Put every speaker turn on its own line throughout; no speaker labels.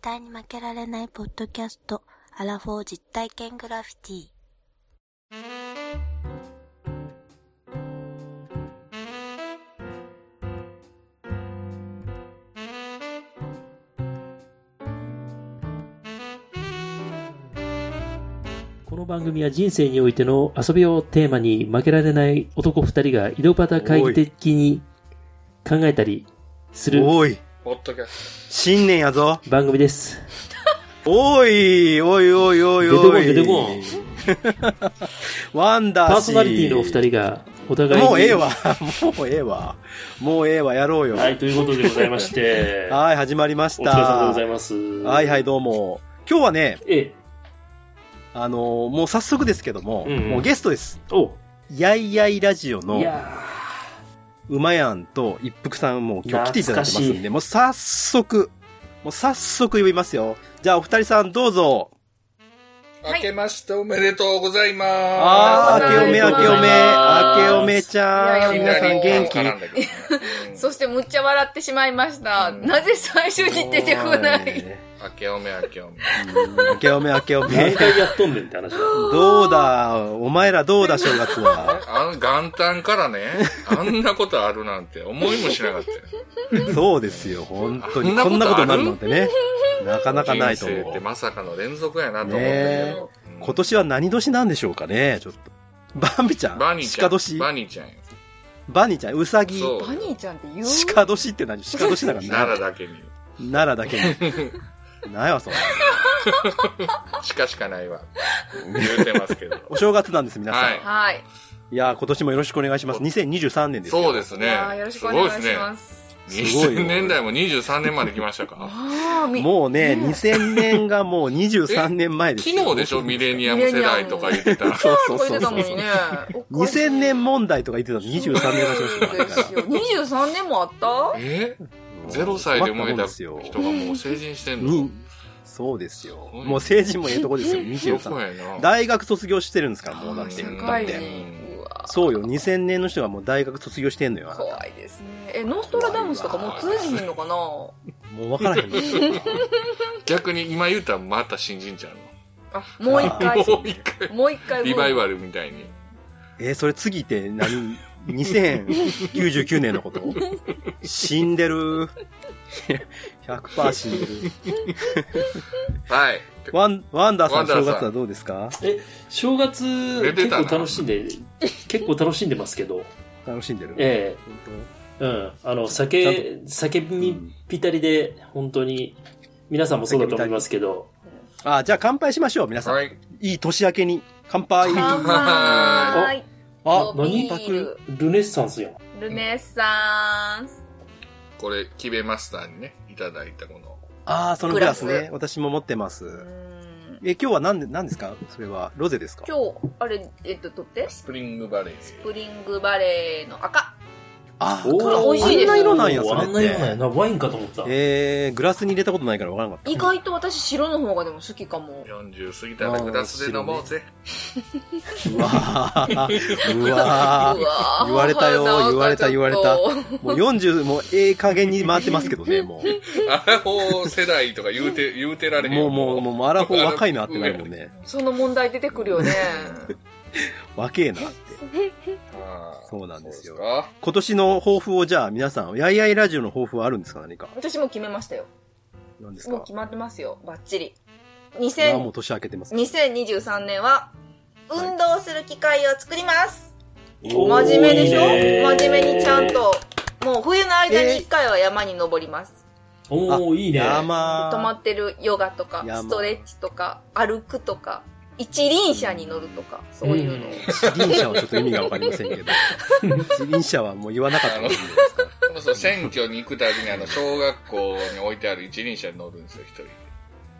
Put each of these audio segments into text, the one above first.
対に負けられないポッドキャスト、アラフォー実体験グラフィティ。
この番組は人生においての遊びをテーマに負けられない男二人が井戸端会議的に考えたりする
おい、
ポッドキャス
新年やぞ。
番組です。
おい、おいおいおいおい。
出てこん出
ワンダー
パーソナリティのお二人がお互いに。
もうええわ。もうええわ。もうええわ、やろうよ。
は
はい
い、、ということでございまして。
始まりまし
お
た。
疲れ様でございます。
はいはい、どうも。今日はね、
ええ、
あのーもう早速ですけども、
うんうん
もうゲストです。
お
やいやいラジオの
い、や
うまやんと一服さんも今日来ていただいてますん
懐かし
で、もう早速、もう早速呼びますよ。じゃあお二人さんどうぞ。
ト。明けましておめでとうございます。
あー、
あ
明けお
ー
め、
あり
明
がと
け
う
お
ます
め、明けお
ござい
めちゃん。
い
いき
や
皆
な
さん
り
元気
絡んだけどうん
そしてむっちゃ笑ってしまいました。
うん
なぜ最初に出てこない
明けおめ明けおめ。
うん明けおめ、明けお
ー、何
め。
回やっとんねんって話だ。
どうだ、お前らどうだ、正月は。
あの元旦からね、あんなことあるなんて思いもしなかったよ。
そうですよ、本当に。こ
こ
ん
ん
な
な
こ
こと
に
と
な
ある
るなんてね。なかなかないと
人生
思
って
う。
まさかの連続やなと思ったけ
ね
ど。
今年は何年なんでしょうかね、ちょっと。バンビちゃん
バニーちゃ
鹿
ん。
年
バニーちゃんよ。
バニーちゃん、ウサギ。
そう
バニーちゃんって言う
鹿年って何鹿年だから
奈良
だ。
だけに。
奈良だけに。ないわ、それ。
鹿しかないわ。言うてますけど。
お正月なんです、 皆さん。
はいい、
はい。
やー、今年もよろしくお願いします。2023年ですよ。
そうです
い
ね
やー。よろしくお
すご
願
いで
い
す
し
ね。
ます。
すごいよ
20年代も23年まで来ましたか。
あーみ
もうね、2000年がもう23年前ですよ。
昨日でしょミレニアム世代とか言ってた。
そうそう
超え
そうそ
てた
う
もんね。
2000年問題とか言ってたの23年がしま
そう
した
ですよ。23年もあった
えゼロ歳で
も
燃えた
です
人
よ。
がもう成人してんの
に、そうですよ。もう成人もええとこですよ、
どこ
23。
やな。
大学卒業してるんですから、もうだって。
世
うん
だっ
界
て。
に。うわ
そうよ、2000年の人がもう大学卒業してんのよ、あな
怖いですね。え、ノストラダムスとかもう通じひんのかな
た。もうわからへんの。
逆に今言うたらまた新人ちゃうの。
あ、もう一回。
もう一回。
もう一 回。
リバイバルみたいに。
えーそれ次って何 ?2099 年のこと死んでる。100%死んでる。
はい。
ワン、ワンダーさん
ワ
正
ンダーさん
月はどうですか
正月、
出
結
てたな
構楽しんで、結構楽しんでますけど、
楽しんでる
え
本
え、うん。あの、
ち
酒、酒
当
にぴたりで、本当に、皆さんもそうだと思いますけど、
あ、じゃあ乾杯しましょう、皆さん。
はい。
い、い年明けに。乾杯。
乾杯。
あ、
何
パク
ルネッサンスやん。
ルネッサンス。
これ、キベマスターにね、いただいたこの。
あー、そのグラス
グ
ね
ラ。ス
私も持ってま
う
す。
ん
え、今日は何で、何ですかそれは、ロゼですか
今日、あれ、えっと、取って。ス
スプリングバレ
プ
ー。
リングバレーの赤。
あー、
ー美味しいです
あんな色なんや、それ
あんな色なんや
って。
な。ワインかと思った。
えー、グラスに入れたことないからわからなかった。
意外と私、白の方がでも好きかも。
40過ぎたらグラスで飲 もうぜ。
うわ ー。うわー。
わ
言われたよ
なんか
言われた言われた
ちょっ
もう40、もうええ加減に回ってますけどね、もう。
アラフォー世代とか言うて、言うてられへん
も
よ。
うもう、もう、もうアラフォー若いなってないもんね。
とその問題出てくるよね。
若えなって。
あー
そうなんですよ
そうか
今年の抱負をじゃあ皆さん、やいやいラジオの抱負はあるんですか何か。
私もう決めましたよ。
何です
もう
か
決まってますよ。バッチリ。
それはも
2000
う年明けてます。
2023年は、
い
運動する機会を作ります。
おー
真面目でしょ
いいね
真面目にちゃんと。もう冬の間に一回は山に登ります。
おー、いいね。
止ま
山、
ってるヨガとか
いやまあ
ストレッチとか歩くとか一輪車に乗るとかそういうのを、
うん
一輪車はちょっと意味がわかりませんけど。一輪車はもう言わなかったんで。
そうそう、選挙に行くたびにあの、小学校に置いてある一輪車に乗るんですよ、一人で。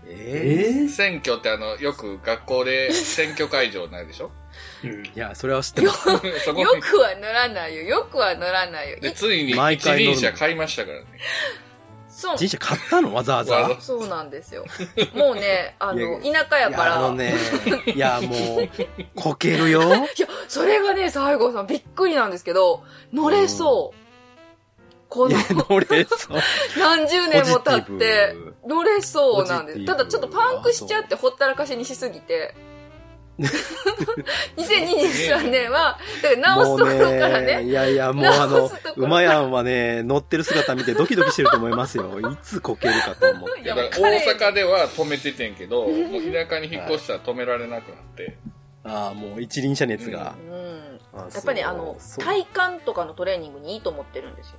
え
え
選挙ってあの、よく学校で選挙会場になるでしょ
ーうん
ーいや、それは知ってます。
そこ
よ
に。
くは乗らないよよくは乗らないよ
で、
い
ついに
毎
一
回乗る
輪車買いましたからね。
そう
自転車買ったのわざわ
わざ
ざ
わ。
そうなんですよもう ねあ
いや
の田舎や
い
か
や、あ
ら
のね、いや、もう、こけるよ。
いやそれがね西郷さんびっくりなんですけど乗れそうこ
い
の
や、乗れそう。
何十年も
ポ
経
ジテ
って
ィブ、
乗れそうなんで
ポ
す。
ジテ
た
ィブ
だちょっとパンクしちゃってほったらかしにしす ぎて。2023年は、だから直すところから
もう
ね、
いやいや、もうあ
直
の
すとこ、ろ
馬やんはね、乗ってる姿見てドキドキしてると思いますよ。いつこけるかと 思っ
い
だ
や
て。
から大阪では止めててんけど、もう田舎に引っ越したら止められなくなって。
ああ、もう一輪車熱が。
うん、
あ
やっぱりあの、
そう
体幹とかのトレーニングにいいと思ってるんですよ。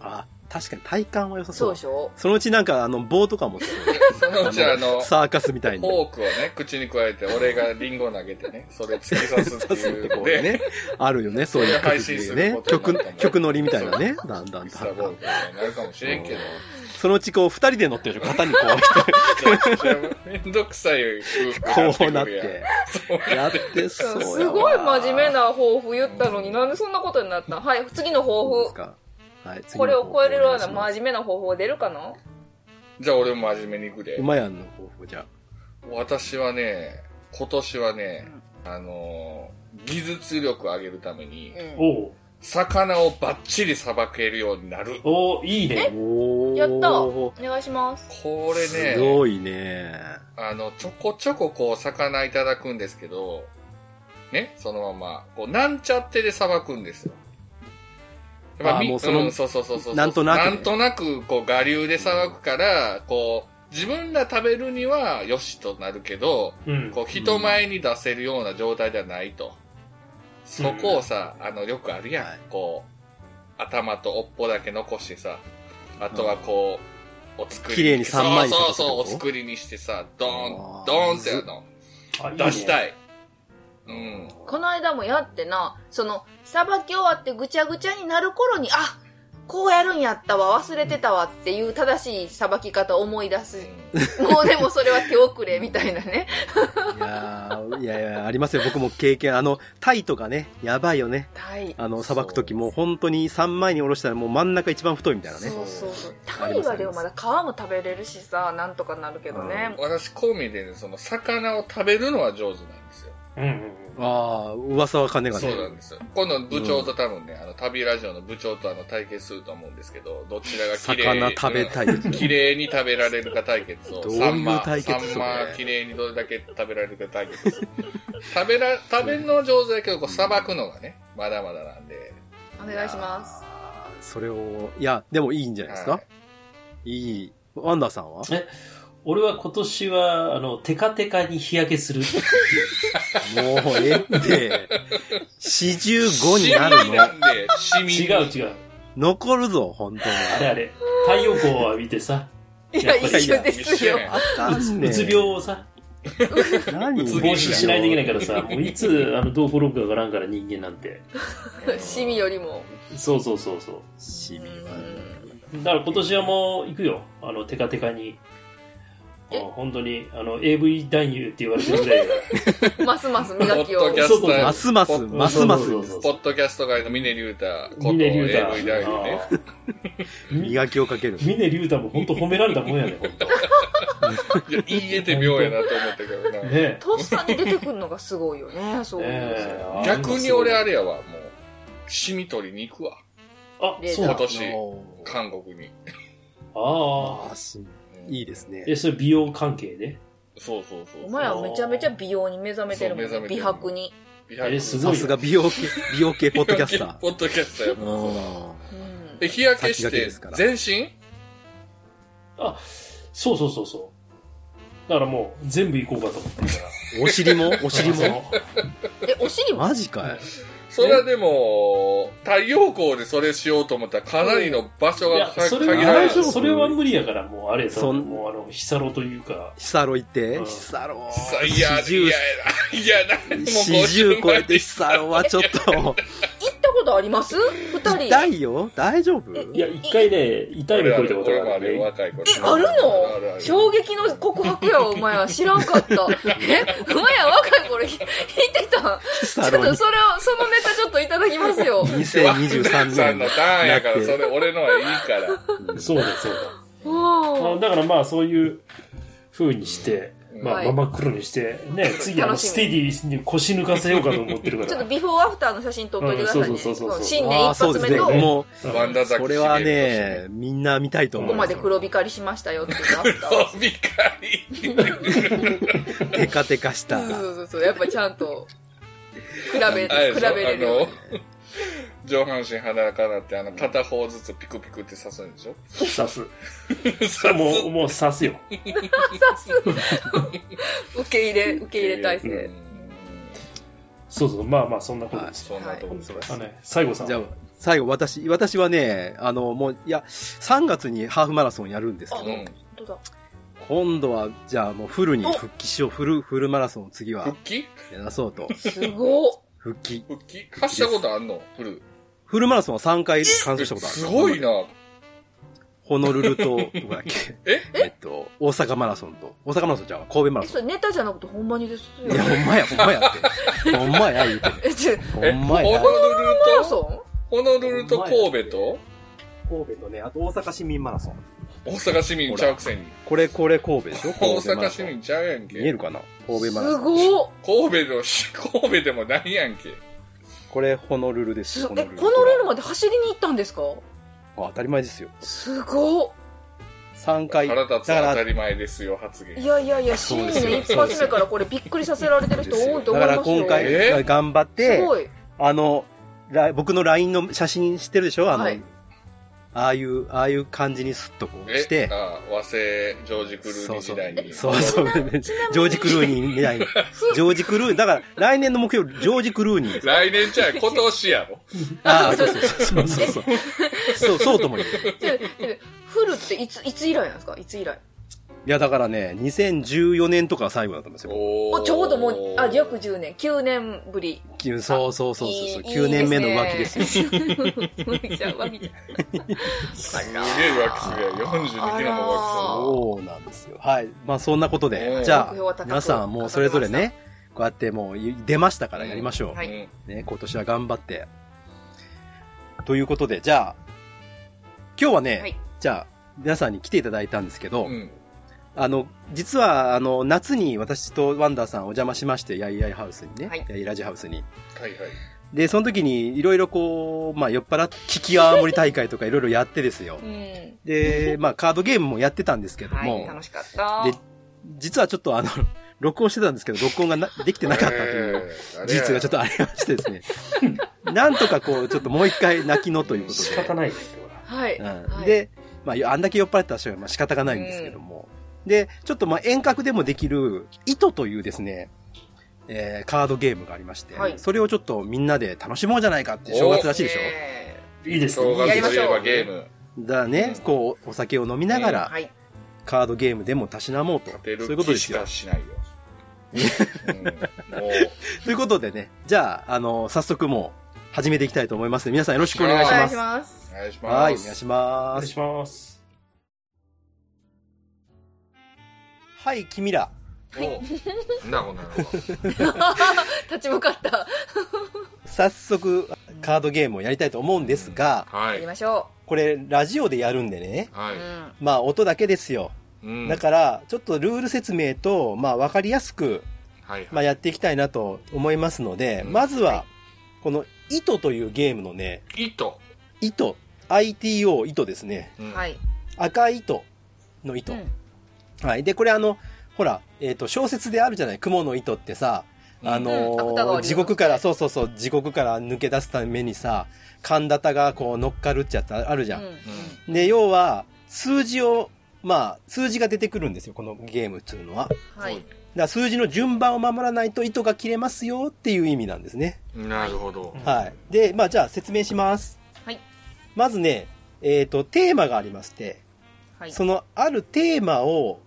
あ、確かに体感は良さ
そ
そうう
で。しょ
そのうちなんか、あの、棒とかも、
そのうち あの、
サーカスみたいに。
フォークをね、口に加えて、俺がリンゴ投げてね、それ突き刺すって
刺す
い
っ
う
てこう
で、
ね。あるよね、そういう
配信する
ね
こ。とにな
曲
るかもね、
曲乗りみたいなね。だんだん
ミ
だ
スター
ん
ボ
だ
ール
ん。
とかになるかもしれんけど、
そのうちこう、二人で乗ってるでしょ、肩にこうして。
めんどくさい夫
こう
婦
なっ
くるやん
て。やって
う
そうやわ
すごい真面目な抱負言ったのに、なんでそんなことになったんはい、次の
そうです
抱負。
かはい、
これを超えるような真
マジ
面目な抱負は出るかな
じゃあ俺も真面目にいくで
う。まやんの方法じゃ。
私はね、今年はね、あのー技術力を上げるために、
う
おう
魚をバッチリさばけるようになる。
おういいね。
お
ん。やったお願いします。
これ
す
ね、
ごいね。
あの、ちょこちょここう魚いただくんですけど、ね、そのまま、こう、なんちゃってでさばくんですよ。やっぱ
あ
み
もうその
んそうそうそうそうそう。
なんとなくね
なんとなく、こう、我流でさばくから、こう、自分ら食べるにはよしとなるけど、
うん。
こう人前に出せるような状態ではないと。そこをさ、あの、よくあるやん。
はい
こう、頭と尾っぽだけ残してさ、あとはこう、お作り。
綺麗に三枚に
そうそう
さばく
そう、お
ってこと
作りにしてさ、ドー
あー
ン、ドーンってやるの。
あいいね
出したい。うん。
この間もやってな、その、さばき終わってぐちゃぐちゃになる頃に、あこうやるんやったわ、忘れてたわっていう正しいさばき方を思い出す。もうでもそれは手遅れみたいなね。
いやーいやいや、ありますよ。僕も経験。あの、タイとかね、やばいよね。
はい。
あの、さばくときも本当に3枚におろしたらもう真ん中一番太いみたいなね。
そうそうそう。
あ
タ
り
イ
ます
はでもまだ皮も食べれるしさ、なんとかなるけどね。
私、こう見えてね、その、魚を食べるのは上手なんですよ。
うんうん
ああ、噂は金が
そ
ね
う。なんですよ。今度、部長と多分ね、あの、旅ラジオの部長とあの、対決すると思うんですけど、どちらが綺麗
魚食べたい。
綺麗に食べられるか対決を。
どういう
サンマ
対決それ
サンマ綺麗にどれだけ食べられるか対決です。食べら、食べるのは上手だけど、こう、さばくのがね、まだまだなんで。
お願いします。
あー。それを、いや、でもいいんじゃないですか、、
はい
いワンダーさんは
俺は今年は、あの、テカテカに日焼けする。
もうええって、四十五になる
シミ
の
な。んで、シミ。
違う違う。
残るぞ、本当に。
あれあれ。太陽光を浴びてさ、
いや、
やっぱり
一緒ですよ
一緒。や
あか
うつ
んね
うつ病をさ、
何
うつ
防
病
止しないといけないから さ、もういつ、あの、どう転ぶかわからんから人間なんて。
シミよりも。
そうそうそうそう。
シミは
だから今年はもう行くよ。あの、テカテカに。あ本当に、あの、AV 男優って言われてるぐ らいだか
ますます磨きを。
ポッドキャスター
ますます、
ポッ
ますま
そ
す
う、そう
ポ
そう
ッドキャスト界の峰竜太こと
峰竜太
AV 大夫ね。
磨きをかける。
峰竜太も本当褒められたもんや ね、本当。
いや、言えて妙やなと思ったけどな。
ね
とっさに出てくるのがすごいよね。そうですよ。
え
逆に俺あれやわ、もう、シミ取りに行くわ。
あ、そうだ。
今年、
おー
韓国に。
あ
あ
あ。
ーシミいいですね。
え、それ美容関係ね。
そうそうそう。
お前はめちゃめちゃ美容に目覚めてるもん
そう目覚め
ね。
て
美
る
白に。
えすごい
さすが美容系、美容系ポッドキャスター。
ポッドキャスターやっぱ
うん
うん
で日焼けし
先駆け
て
ですから
全身
あ、そうそうそうそう。だからもう、全部行こうかと思ってるから。
お尻もお尻
そ
も
の
え、お尻も
マジかい。
それはでも太陽光でそれしようと思ったらかなりの場所
いや、
がか
そ
限
れは
られ
大
る
丈夫、それは無理やから、もうあれさ、
そん
もうあの、ヒサロというか、
ヒサロ行って、
うん
ヒサロ。
そういやいやいやいや何も
四十
50
超えてヒ
し
サロはちょっと、
行ったことあります二人。
痛いよ大丈夫
いや、一回ね、痛い目こいたこと
俺も
が
あ
ある
れ
ん
よ
で、
若い頃
え、ある
あるあ
の
る
衝撃の告白やわ、お前は。知らんかった。え、お前は若い頃ひ弾いてたん
ヒ
ちょ
サ
っと
ロに
それを、そのネタちょっといただきます よ。
2023
さん
年
のターンやから
だっ
そ
て
れ俺のはいいから
そうだ、そうだ。
お
あ
ー
だからまあ、そういう風にして、
うん
まあ、
はい
まま黒にして、ね、次あの、
楽しみ
ステディに腰抜かせようかと思ってるか
ちょっ
ら
と。ビフォーアフターの写真撮っといてくださいね。
うんそうそうそうそう
も新年一発目
あーそ
と、
うですね。もう、
ワンダザキ
それはね、、みんな見たいと
こ
思
こ
い
ま
ま。
です黒光りしましたよっていうのあったわ。
ロビカリ。
テカテカした。
そうそうそうそう。やっぱりちゃんと、比べ、比
あれで
べ
しょ
れるように。
あの上半身裸になって、あの、片方ずつピクピクって刺すんでしょ
刺す。もう、もう刺すよ。
さす受け入れ、受け入れ体
う
制。
ん
そうそう、まあまあ、そんなことです。
そんなとこです。
あのね、西郷さん。
じゃあ、最後、私、私はね、あの、もう、いや、3月にハーフマラソンやるんですけ
う
ど、
ん。
本当だ。
今度は、じゃあもうフルに復帰しよう。フル、フルマラソンを次は
復帰
やらそうと。
すごっ。
復帰。
復帰発したことあんのフル。
フルマラソンは3回完走したことある。
すごいな。
ホノルルと、どこだっけ
え
えっと、大阪マラソンと、大阪マラソンじゃん、神戸マラ
え、
ソ
それネタじゃなくてほんまにです
ン。いや、
よ。
ほんまや、ほんまやって。ほんまや、言うてる。
え、ちょ、
ほ
え
んまや。
ホノルル
マラ
と、
ソ
ホノルルと神戸と、
神戸のね、あと大阪市民マラソン。
大阪市民ちゃうくせに。
これ、これ神戸でしょ
大
神戸マ
阪
ラ
市
ソン
民ちゃうやん
見え
け。
るかな神戸
ン
マ
す
ラソン。
ごっ。
神戸の、神戸でもないやんけ。
これ、ホノルルです。
すえ、このルールまで走りに行ったんですか
あ当たり前ですよ。
すごっ。
3回。
腹
だ
立つ
か
当た
ら、
り前ですよ、発言
い。やいやいや、新年一発目からこれびっくりさせられてる人多いと
だ
思
か
い
ら
ますよ。
今回、
えー
頑張っ
す
て、
ごい。
あの、ら僕の LINE の写真してるでしょあの、
はい
ああいう、ああいう感じにスッとこう
え
して、
ああ和製ジョージ・クルーニ時代に。
そうそう。ジョージ・クルーニーみたい に。ジョージ・クルーニー。だから、来年の目標、ジョージ・クルーニー。
来年ちゃう、今年やろ。
ああ、そうそうそうそう。そう、そうとも言う。
ちょちょフルっていつ、いつ以来なんですかいつ以来。
いや、だからね、2014年とかが最後だったんですよ。
お
お
ー
ちょうどもう、あ、約10年、9年ぶり。
きそうそうそうそうそう。
いい
9年目の浮気ですよ。
よ。浮気じゃ ん浮気じ
すげえ浮気するやん。42キロも浮
そうなんですよ。はい。まあ、そんなこと
う
で
ん、
じゃ
目標は高
あ、
く
皆さんもうそれぞれね、こうやってもう出ましたからやりましょう。
ゃん。は
気する
い。。
ね、今年は頑張って。ということで、じゃあ、今日はね、
はい
じゃあ、皆さんに来ていただいたんですけど、
うんうん。
あの、実は、あの、夏に私とワンダーさんお邪魔しまして、やいやいハウスにね、
はい
やいラジハウスに。
はいはい。
で、その時に、いろいろこう、まあ、酔っ払って、聞き青森大会とかいろいろやってですよ
う。ん。
で、まあ、カードゲームもやってたんですけど
は
も、
い、楽しかった。
で、実はちょっとあの、録音してたんですけど、録音がなできてなかったという。
えー
事実がちょっとありましてですね。 なんとかこう、ちょっともう一回泣きのということで。
仕方ないですよ。
はい。
うん
はい、
で、まあ、あんだけ酔っ払ってた人はまあ仕方がないんですけども。で、ちょっとまあ遠隔でもできる、糸というですね、えーカードゲームがありまして、
はい
それをちょっとみんなで楽しもうじゃないかって正月らしいでしょ
ね
いいです
正
ね。
月といえばゲーム。
だね、こう、お酒を飲みながら、
はい。
カードゲームでもたしなもうと。そ
勝
う
て
いう
る
ことで
気
す
し
よ
か。しないよ。うんもう
ということでね、じゃあ、あの、早速もう、始めていきたいと思いますので、皆さんよろしくお願い
お
し
願
ま
いし
す。
ます。
お願いします。
はい、お願いし
お
ま
願い
す
し。ます。
はい、君ら。
おうなこんなの。
立ち向かった。
早速、カードゲームをやりたいと思うんですが、
は
やり
い。
ましょ
これ、ラジオでやるんでね。
は
う。
い。
うん。
まあ、音だけですよ。
うん
だから、ちょっとルール説明と、まあ、わかりやすく、
はい
ま
は
あ、
い。
やっていきたいなと思いますので、
うん
まずは、この、糸というゲームのね、
糸。
糸、ITO、糸ですね。
うん
はい。
赤い糸の糸。
うん
はい。で、これあの、ほら、えっ、と、小説であるじゃない、雲の糸ってさ、あの
うん
ー
芥川龍之介
地獄から、そうそうそう、地獄から抜け出すためにさ、神田田がこう乗っかるっちゃってあるじゃん。
うん
で、要は、数字を、まあ、数字が出てくるんですよ、このゲームっていうのは。だか
はい。
ら数字の順番を守らないと糸が切れますよっていう意味なんですね。
うんなるほど。
はい。で、まあ、じゃあ説明します。
はい。
まずね、えっ、と、テーマがありまして、
はい。
そのあるテーマを、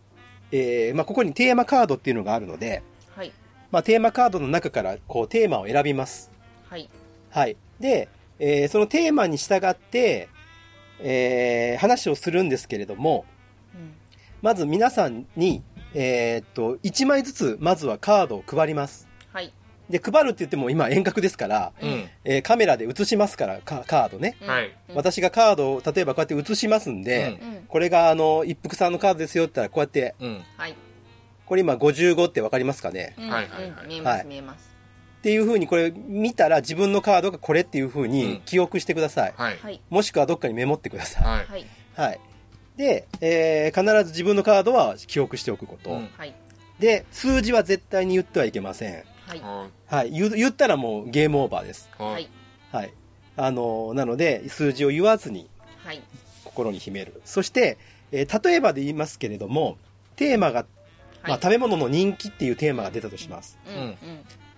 えーまあ、ここにテーマカードっていうのがあるので、
はい。
まあ、テーマカードの中からこうテーマを選びます。
はい。
はい。で、えーそのテーマに従って、えー話をするんですけれども、
うん
まず皆さんに、えーっと、1枚ずつ、まずはカードを配ります。
はい。
で、配るって言っても今遠隔ですから、
うん。
えーカメラで映しますから、カカードね。
うん
はい。
うん
私がカードを、例えばこうやって映しますんで、
うん。
これがあの、一服さんのカードですよって言ったら、こうやって
うん。
はい。
これ今55ってわかりますかね
うん
はいはいはい
うん見えま
はい
す見えます
っていう風にこれ見たら自分のカードがこれっていう風
うん
に記憶してください。
はい。
はい
もしくはどっかにメモってくださ
はい。
はい
い。はい。で、えー、必ず自分のカードは記憶しておくこと。
うん
はい
で、数字は絶対に言ってはいけません。
はい
は
はい。言う言ったらもうゲームオーバーです。
い。は
はいい。
はい。あのーなので、数字を言わずに
はい
心に秘める。そして、えー例えばで言いますけれども、テーマが、まあ、食べ物の人気っていうテーマが出たとします。
うん
うん
うん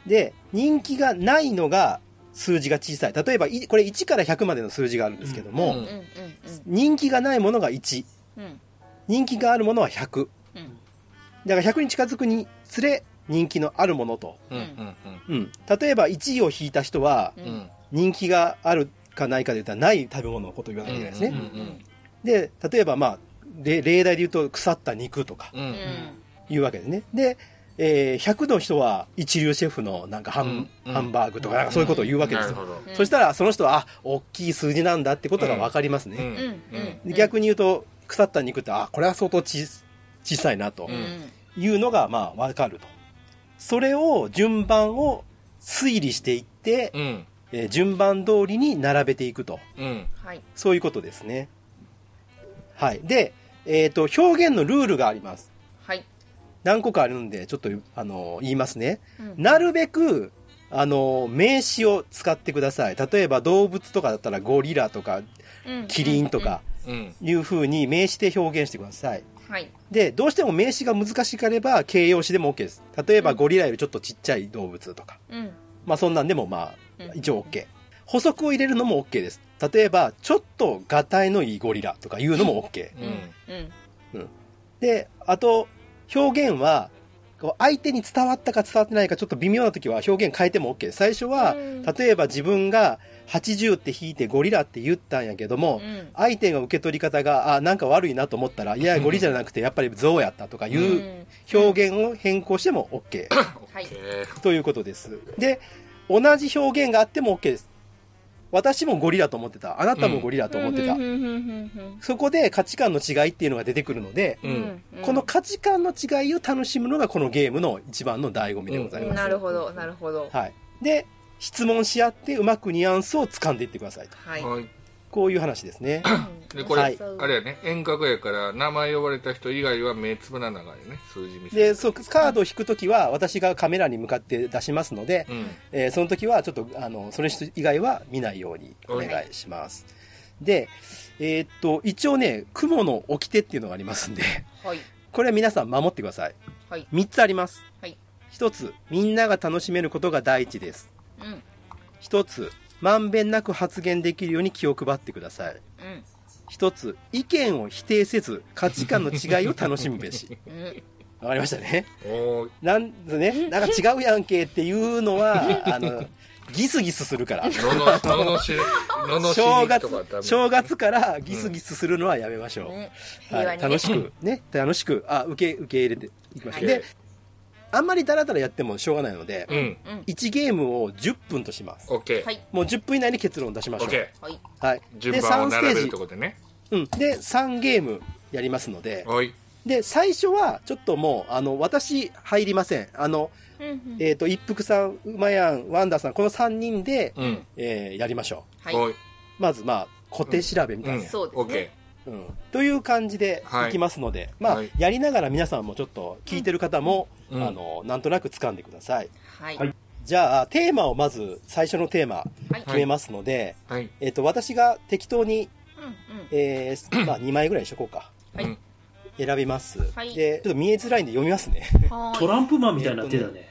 で、人気がないのが数字が小さい。例えば、いこれ1から100までの数字があるんですけども、
うん
うん
人気がないものが1、
うんうん
人気があるものは100。
うん
だから100に近づくにつれ、人気のあるものと。
うんうんう
う
ん
ん。例えば1位を引いた人は、
う
うんん
人気があるかないかで言ったらない食べ物のことを言わなきゃいけないですね。
うん
で、例えばまあ、例例題で言うと腐った肉とか
うんうん
いうわけでね。で、えー100の人は一流シェフのなんかハン,、
うん
ハンバーグとかなんかそういうことを言うわけです
な
よ。
るほど。
そしたらその人は、あ、大きい数字なんだってことがわかります
う
ね。
ん
うんうんうん
で逆に言うと、腐った肉って、あ、これは相当ち小さいなと
うん
いうのがまあわかると。それを順番を推理していって、
うん
えー順番通りに並べていくと。
うん
はい
そういうことですね。はい。で、えっ、と、表現のルールがあります。
はい
何個かあるんで、ちょっと、あの、言いますね。
うん
なるべく、あの、名詞を使ってください。例えば動物とかだったらゴリラとか
うん
キリンとか
うん
いう風に名詞で表現してください。
うんはい
で、どうしても名詞が難しければ形容詞でも OK です。例えばゴリラよりちょっとちっちゃい動物とか。
うん
まあそんなんでもまあ
うん、
一応 OK。補足を入れるのも OK です。例えば、ちょっとがたいのいいゴリラとかいうのも OK。
う
うん
ん
うん
で、あと、表現は、こう相手に伝わったか伝わってないかちょっと微妙な時は表現変えても OK です。最初は
う、ん
例えば自分が80って引いてゴリラって言ったんやけども、
うん
相手が受け取り方が、あ、なんか悪いなと思ったら、いや、ゴリじゃなくてやっぱり象やったとかいう表現を変更しても OK
はい
ということです。で、同じ表現があっても OK です。私もゴリラと思ってた。あなたもゴリラと思ってた
うん。うんうんうん
そこで価値観の違いっていうのが出てくるので、
うんうんうん
この価値観の違いを楽しむのがこのゲームの一番の醍醐味でございます。
なるほどなるほど
はい。で、質問し合ってうまくニュアンスを掴んでいってくださいと。
はい
はい
こういう話です ね。
でこれ、
はい
あれやね遠隔やから名前呼ばれた人以外は目つぶらながらね数字見せる
で、そう、カードを引くときは私がカメラに向かって出しますので、
うん
えーその時はちょっと、あの、それ以外は見ないようにお願いします。で、えーっと、一応ね、雲の掟っていうのがありますんで、
はい
これは皆さん守ってください。
はい
3つあります。
はい
1つ、みんなが楽しめることが第一です。
うんうん
1つ、まんべんなく発言できるように気を配ってください。1つ、意見を否定せず、価値観の違いを楽しむべし。
うん
わかりましたね。
おー
なんでね、なんか違うやんけっていうのは、あの、ギスギスするから。
ののののしののし
正
とかダメ
月、正月からギスギスするのはやめましょう。
うん
は
平和
い、
にね
楽しく、ね、楽しく、あ、受け、受け入れていきましょう。
はい
で、あんまりダラダラやってもしょうがないので、
うん
うん
1ゲームを10分とします。
オッケー
はい
もう10分以内に結論を出しまし
オ
ょ
ッ
う。
ケ
はい
はい。で、
ー順番を
3ステ
並
ー
べるっ
ジ
て、ことね
うん。で、3ゲームやりますので、
はい
で、最初は、ちょっともう、あの、私、入りません。あの、
うんうん
えっ、と、一服さん、うまやん、ワンダーさん、この3人で、
うん
えーやりましょ
は
はいい
う。まず、まあ、小手調べみたいな。
そうですね
オッケ
うんという感じで
はい
いきますので、まあ、
はい
やりながら皆さんもちょっと聞いてる方も、
うん
あのなんとなく掴んでください
はい
はい
じゃあテーマをまず最初のテーマ
はい
決めますので、
ーはい
えっと私が適当に、
うんうん
えーまあ、2枚ぐ らいにしとこうか
はい
うん
選びます、
い
でちょっと見えづらいんで読みますね
はーい
トランプマンみたいな手だね。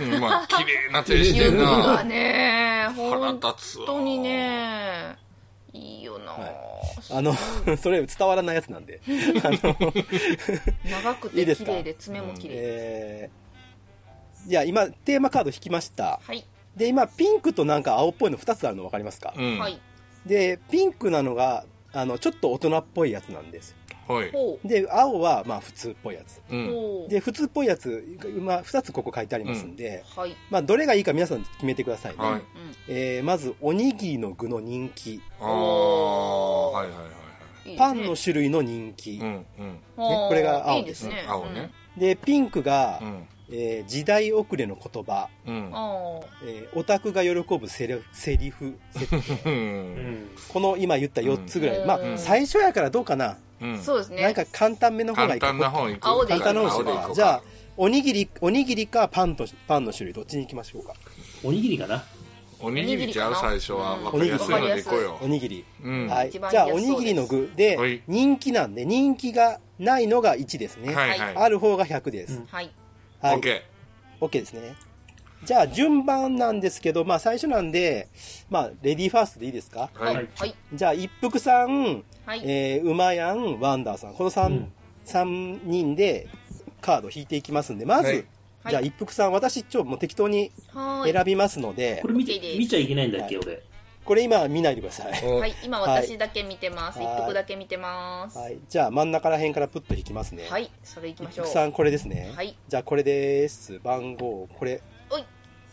うんまあ綺麗な手して
言
ん
う
な
だね
腹
本
立つわ
当にねいいよな、
あの それ伝わらないやつなんであの、
長く
いいで
て
す
綺
か
麗で爪も綺麗、
えーじゃあ今テーマカード引きました
はい、
で今ピンクとなんか青っぽいの2つあるの分かりますか、
うん
は
はい
い
で、ピンクなのが、あの、ちょっと大人っぽいやつなんです。
ほう
で、青は、まあ、普通っぽいやつ。
うん
ほう
で、普通っぽいやつ、まあ、二つここ書いてありますんで、
はい
まあ、どれがいいか皆さん決めてくださいね。
はい
うん
えー、まず、おにぎりの具の人気、
ああはいはいはいはい
いいですね
パンの種類の人気、
うんうん
これが青
いいですね
青ね
で、ピンクが、
うん。
えー時代遅れの言葉、
うん。
おー
えーオタクが喜ぶセリフ、セリフ、セリフ
うん。
この今言った4つぐらい。
うん
ま
う
あ、
ん
最初やからどうかな。
うん。
そうですね。
なんか簡単めの方がい
簡
いか
単な方行く。
青で
簡単な方にしよ
青
う
で行こ
か。
う
じゃあ、おにぎり、おにぎりかパンと、パンの種類どっちに行きましょうか。
おにぎりかな。
おにぎりちゃう最初は。
うん
わかりやすいので行こうよ
お。にぎり。
うん。は
はいい。
一
じゃ
番
あ、お
安そうです
にぎりの具
は
で
い、
人気なんで、人気がないのが1ですね。
はい。
は
ある方が100で
う
す
ん。
はい。
はい。
オッケ
OK ですね。じゃあ、順番なんですけど、まあ、最初なんで、まあ、レディーファーストでいいですか
ー。は
はいい。
はい。
じゃあ、一服さん、
はい。
えー、うまやん、ワンダーさん。この
う
3
ん、
三人でカード引いていきますんで、まず、
はい
はい
じゃあ、一服さん、私、ちょ、もう適当に
はーい。
選びますので
こ、れ見て
OK です
見ちゃいけないんだっけ、俺。
これ今見ないでください。
はい。今私だけ見てます。
はい
一服だけ見てます。
はい。じゃあ、真ん中ら辺からプッと引きますね。
はい。それ行き
一
ましょう
服。さん、これですね。
はい。
じゃあ、これです。番号、これ、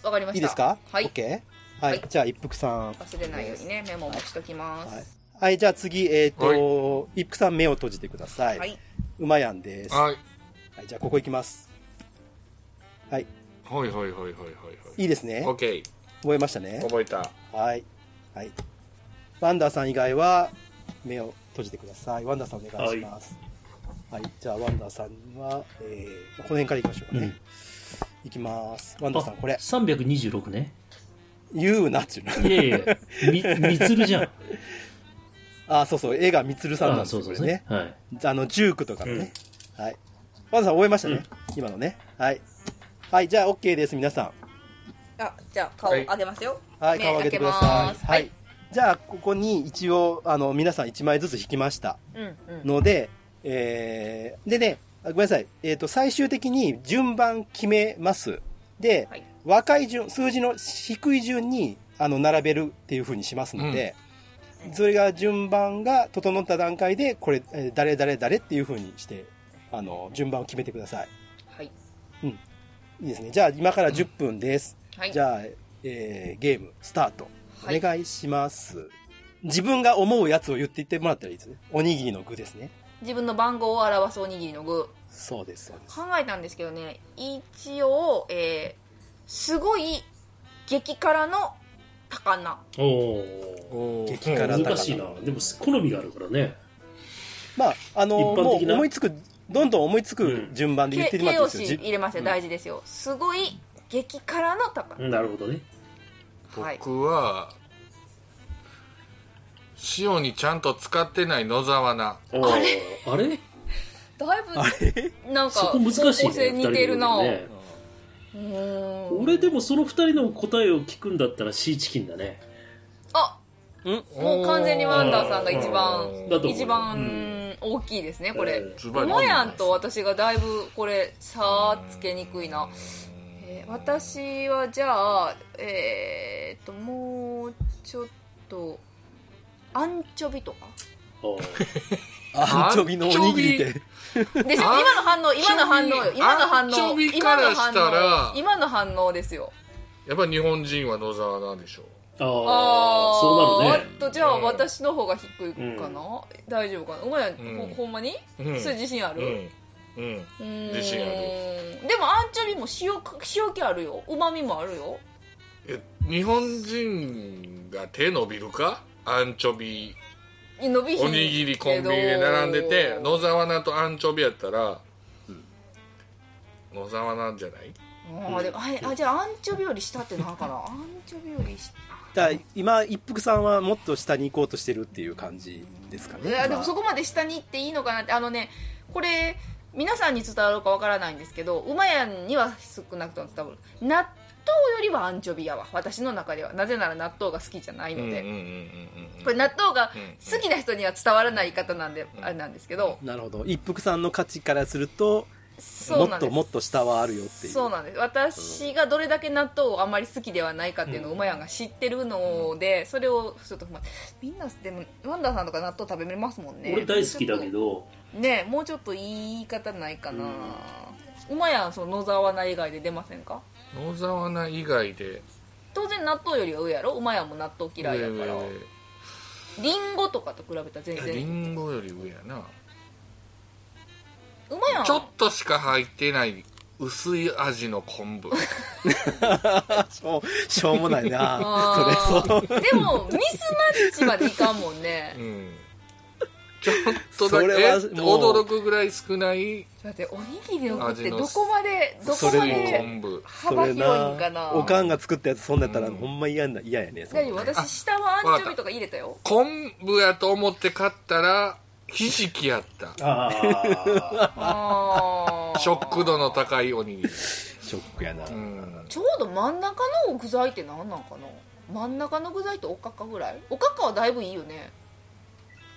わかりました。
いいですか
はい
OK?。は
はい
い。じゃあ、一服さん。
忘れないようにね、メモもしとき
は
ま
い
す。。
はい、じゃあ次、えっ、と、一服さん目を閉じてください。馬
はい。
うまやんです。は
はい。
い、じゃあここ行きます。はい、
ほいほいほいほいほい
いいです
ほい。
ね
オ。ッケ
覚えました
ー。
ね。
覚えた。
はい。はい。ワンダーさん以外は、目を閉じてください。ワンダーさんお願いします。はい、じゃあワンダーさんは、えー、この辺から行きましょうかね。
うん
行きます。ワン
あ
ダーさん、これ、
326ね。
言うなっちゅうの。
いやいや、み、みつるじゃん。
あ、そうそう、絵がみつるさんなん
あ
です
そ
よ
うそう
これね
ね。。はい。
あの、ジュークとかのね。はい。ワンさん、終えましたね。今のね。はい。はい、じゃあ、OK です、皆さ
あ、じゃあ顔
はい
上げますよ。
ん。はい、
目
顔上げてくださ
開けます
い。は
はい
い。じゃあ、ここに一応、あの、皆さん1枚ずつ引きました
うんうん。
ので、えー、でね、あごめんなさい。えっ、と、最終的に順番決めます。で、
はい
若い順、数字の低い順に、あの、並べるっていう風にしますので、
うん
それが順番が整った段階で、これ、えー誰誰誰っていう風にして、あの、順番を決めてください。
はい。
いいですね。じゃあ、今から10分です。
はい。
じゃあ、えーゲーム、スタート。
はい
お願いします。自分が思うやつを言っていってもらったらいいですね。おにぎりの具ですね。
自分の番号を表すおにぎりの具。
そうです、そうです。
考えたんですけどね、一応、えー、すごい激辛の高菜。
おお。
お
ー激辛だから
難しいな。でも、好みがあるからね。
まあ、あの
一般
も
的
う
な
思いつく、どんどん思いつく順番で言っ
け
ても
形
ら
容
ってい
詞
いですよ。
入れましたよ
うん
大事ですよ。すごい激辛の高菜。
なるほどね。
はい。
僕は、塩にちゃんと使ってない野沢菜。
あれあれ
だいぶ、なん
そ
か、
こ難しい
方向性
ね。
似てるな、
二人ともね
うーん
俺でもその二人の答えを聞くんだったらシーチキンだね。
あもう完全にワンダーさんが一番
う
だ
ん
と思う
一番大きいですねこれ、
うん
ズバリ
もやんと私がだいぶこれ差つけにくいな、えー私はじゃあえー、っともうちょっとアンチョビ とか
あ
アンチョビのおにぎりって。
でしょ
アン
今の反応今の反応よ今の
ア
反
ンチョ
応
ビ
今の
からし
反
たら
応今の反応ですよ
やっぱ日本人は野沢菜でしょ
あ
あ
ー、
ー
そうなるね
おっ。とじゃあ
うん
私の方が低いかな、大丈夫かなお前、
うん
ほほんまに、
うん
それ自信あ
う
る、
んうん
うーん、
自信ある
でもアンチョビも塩か塩気あるようまみもあるよ
え日本人が手伸びるかアンチョビ
伸びひん
おにぎりコンビニで並んでて
けど
野沢菜とアンチョビやったら、野沢菜じゃない
あーでもあれあじゃあアンチョビより下ってなんかなアンチョビより下
だから今、一服さんはもっと下に行こうとしてるっていう感じですかね。
いやでもそ
こ、
こまで下に行っていいのかなってあのねこれ皆さんに伝わるかわからないんですけど馬やんには少なくとも伝わる納豆よりはアンチョビやわ私の中ではなぜなら納豆が好きじゃない
うん
の
うんうん
で、
うんうん
これ納豆が
うん
好きな人には伝わらない言い方なんで、あれなんですけど
なるほど。一服さんの価値からすると、
そ
も
うな
っ
んで
と
す
もっと下はあるよっていう。
そうなんです私がどれだけ納豆をあんまり好きではないかっていうのを馬やんが知ってるのでそれをちょっとまあみんなでもワンダーさんとか納豆食べれますもんね
俺大好きだけど、
ねえもうちょっと言い方ないかな、うまやんその野沢菜以外で出ませんか
野沢菜以外で
当然納豆よりは上やろうまやんも納豆嫌いだから
上上
りんごとかと比べたら全
いやリ
然
ンゴより上やな
うまいやん。
ちょっとしか入ってない薄い味の昆 布。
しょうしょうもないな
あー
それそう
でも、ミスマッチまでいかんもんね
う。ん。ちょっとだけ
それはもう
驚くぐらい少ない
だって、おにぎりを食って、
味の
どこまで、どこ
薄
ま
い
で
昆布。
幅広いんかな。
おかんが作ったやつそんなやったら、
うん
ほんま嫌な嫌やねそんな
大丈夫私、下はアンチョビとか入れたよ。
昆布やと思って買ったら、ひじきやった。
ああ。
あー
ショック度の高いおにぎり。
ショックやな、
うん。
ちょうど真ん中の具材って何なんかな真ん中の具材っておかかぐらいおかかはだいぶいいよね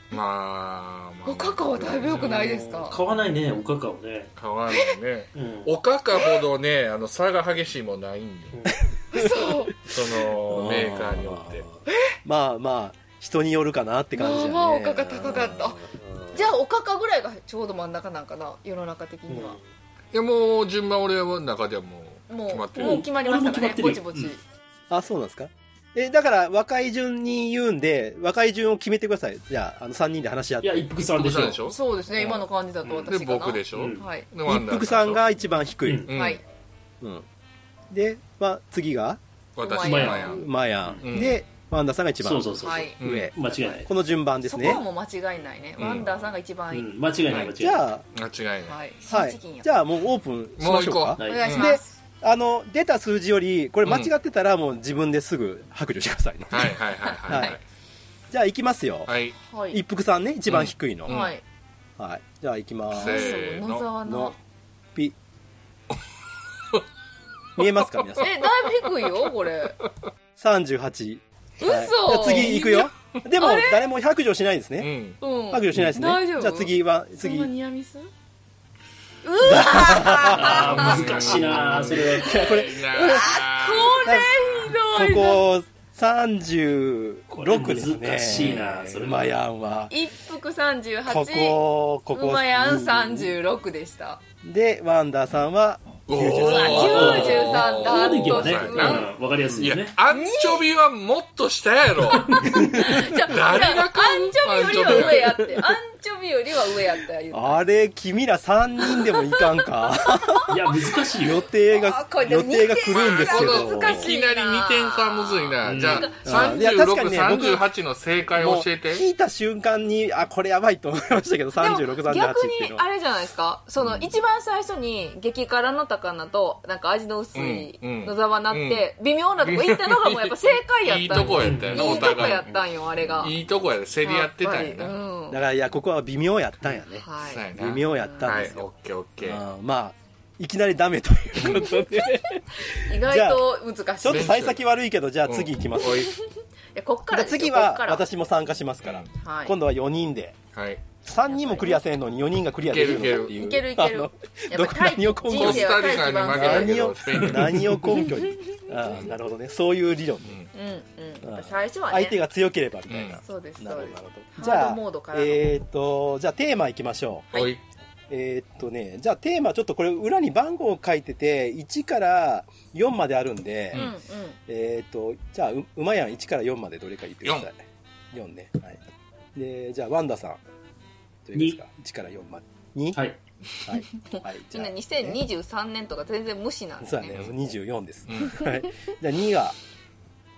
まあ、まあ。
おかかはだいぶ良くないですか
買わないね、おかかをね。
買わないね。
うん。
おかかほどね、あの、差が激しいもんないんで。
嘘
そ の、メーカーによって。
まあまあ人によるかなって感じやね
まあまあおかか高かった
うん
じゃあおかかぐらいがちょうど真ん中なんかな世の中的には、
いや、もう、順番俺の中ではもう、
も
決まっ
う
て
も
る。
う決まりましたかね
俺も
ぼ
決
ち
ま
ぼ
ってる
ち、
あそうなんですかえだから若い順に言うんで若い順を決めてくださいじゃああの3人で話し合っ
いや、
て
一服さんでし
そうで
ょ
し。ょ
そうですね今の感じだと
で、
私かな、
僕でしょ
うん
はい、
でワン
一
ダー
服さんが一番低い、
う
うん
はい
うんで、まあ、次が
私
うまい
マヤ
う
ン
マヤン、
うん
でワンダさんが一番
そうそうそう。
はい
間
うん
上、
違いない。
この順番です
そ
ね
こはもう間違いないね、
うん
ワンダーさんが一
う
番いい、
ん、間違いない、間違いない。
じゃあ
間違いない
はい
は
新
い
チキンや、
じゃあもうオープンしましょうか
もう行こ
お願いします、
あの出た数字よりこれ間違ってたらもう自分ですぐ白状してくださいね、
はいはいはいはい
じゃあいきますよ、
はい
はい
一服さんね一番低いの、
うん
はい、
はいじゃあいきま
せ
す
ーの
野沢の
のピ 見えますか皆さん
えだいぶ低い よこれ
38
嘘、
はいじゃあ次行くよでも
あれ
誰も白状しないんです
う
ね
ん
うん
白状しないですね
大丈夫
じゃあ次は次
そんな
こ
ニ アミスうわ
ああ、難しいな、それは。
れ
いいな
ーひどいな
こ36ですね
難しいなそれ
マヤンは
一服38
ここここ
うまやん36でした
でワンダーさんは
おー
うわ93
こ
だ
うでいけばね、
ダントツ
うん、わかりやす
い
いよ
や
ね。
アンチョビはもっと下やろ
じゃあじゃあアン
誰が
チョビよりは上やってアンチョビよりは上やったら言う
あれ君ら3人でもいかんか
いや、難しいよ
予。定
あ
が
これで
予
も
定が来るんですけ
二点
ど
差難
い
し
きなり2点差むずいな、
うん
じゃあ
うんいや確かにね僕
3638の正解
も
を
う
教えて
聞いた瞬間にあこれやばいと思いましたけど
で
3638
も
って
逆
いう
に
の
あ
は
れじゃないですかその一番最初に激辛の高菜となんか味の薄い
うんうん
野沢菜って微妙なとこ行ったのがもうやっぱ正解やっ
い
たん
い
よ
とこやったよないお
いとこ
互い
やったんよあれが
いいとこやで競り合ってたんやな、
やっぱりうん
だからいやここは微妙やったんやね
はい
そうやな
微妙やったん
は
で
い
すよ
オッケーオッケー
あーまあいきなりダメという ことで
意外と難し
ちょ
い
っと幸先悪いけどじゃあ次いきます、
うんおい
いやこっか
じゃあ
らですよ
次
こっ
は
から
私も参加しますから、
はい
今度は4人で
はい
3人もクリアせんのに4人がクリアできるのかっていう
いけるいける
あの
や
ど
っ
こ
ぱ
何
り
を根
コ
人
拠
生
ス
に
タリカに負けたけ
何
ど
を
スペインに
何を根拠にあーなるほどねそういう理論ね、
うんうんやっぱ最初はね
相手が強ければみたいな、
うん
そうです
な
そ
るほ
う
ど
で
なるほどじゃ
すー
あ
モードからの
えっ、とじゃあテーマいきましょう
おい
えーっとねじゃあテーマちょっとこれ裏に番号書いてて1から4まであるんで、
うんうん
えーっとじゃあううまやん1から4までどれか言ってください4ねはいでじゃあワンダさんどれですか1から4まで2
はい。
はい、 はい、じ
み
ゃ
ん
あ
な2023年とか全然無視なんです
そうだ
ね
ね24です、
う
はいじゃあ2が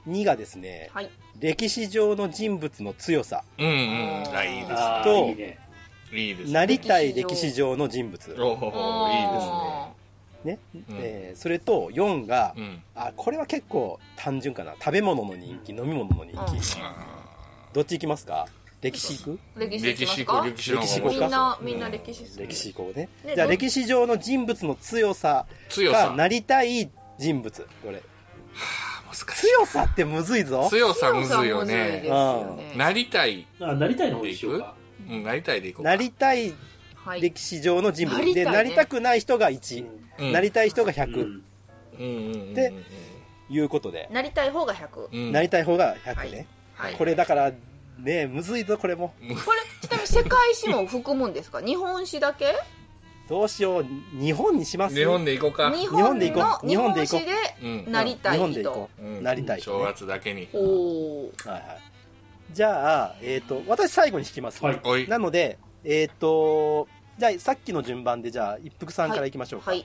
2がですね
はい
歴史上の人物の強さ
うんうんあいいです
あ
と
ーいいね。
いいですね
なりたい歴史上の人物
おおいいですね
ね、
うん
えーそれと4が、
うん
あこれは結構単純かな食べ物の人気、飲み物の人気、
うん
どっち行きますか歴史行く
歴史いき
歴
ま
史行こ
す
う
か
歴史の方
歴史行
が面白い
みん
こ
なみんな歴史好き
歴史行こうね
ね
じゃあ
ど
歴史上の人物の強さ
強
が
さ
なりたい人物どれ
難し
強さってむずいぞ
い強さむ
強さ
ずいよ
むずいです
ね
よね
なりたい
あなりたいの方にしようか。
うんなりたいでいこうか
なりたい
はい
歴史上の人物、
はい
で
なりたいね
なりたくない人が1、
うん
なりたい人が
う
100、
ん。
うんうんうんうん
でいうことで、
なりたい方が100こ
うん
なりたい方が100ね、
はい
これだからねむずいぞこれも
れちなみに世界史も含むんですか日本史だけ
どうしよう日本にします
日本でいこうか
日
本
本
で
の
行こう
日本史
日本
で
うん
なりた
日
い人
本で行こう、
うん
なりたい人
正
ね、
月だけに
おお
はいはい、じゃあ、えっと私最後に引きます、
はい
おい
なのでえっ、とじゃあ、さっきの順番で、じゃあ、一服さんからいきましょうか。
はい。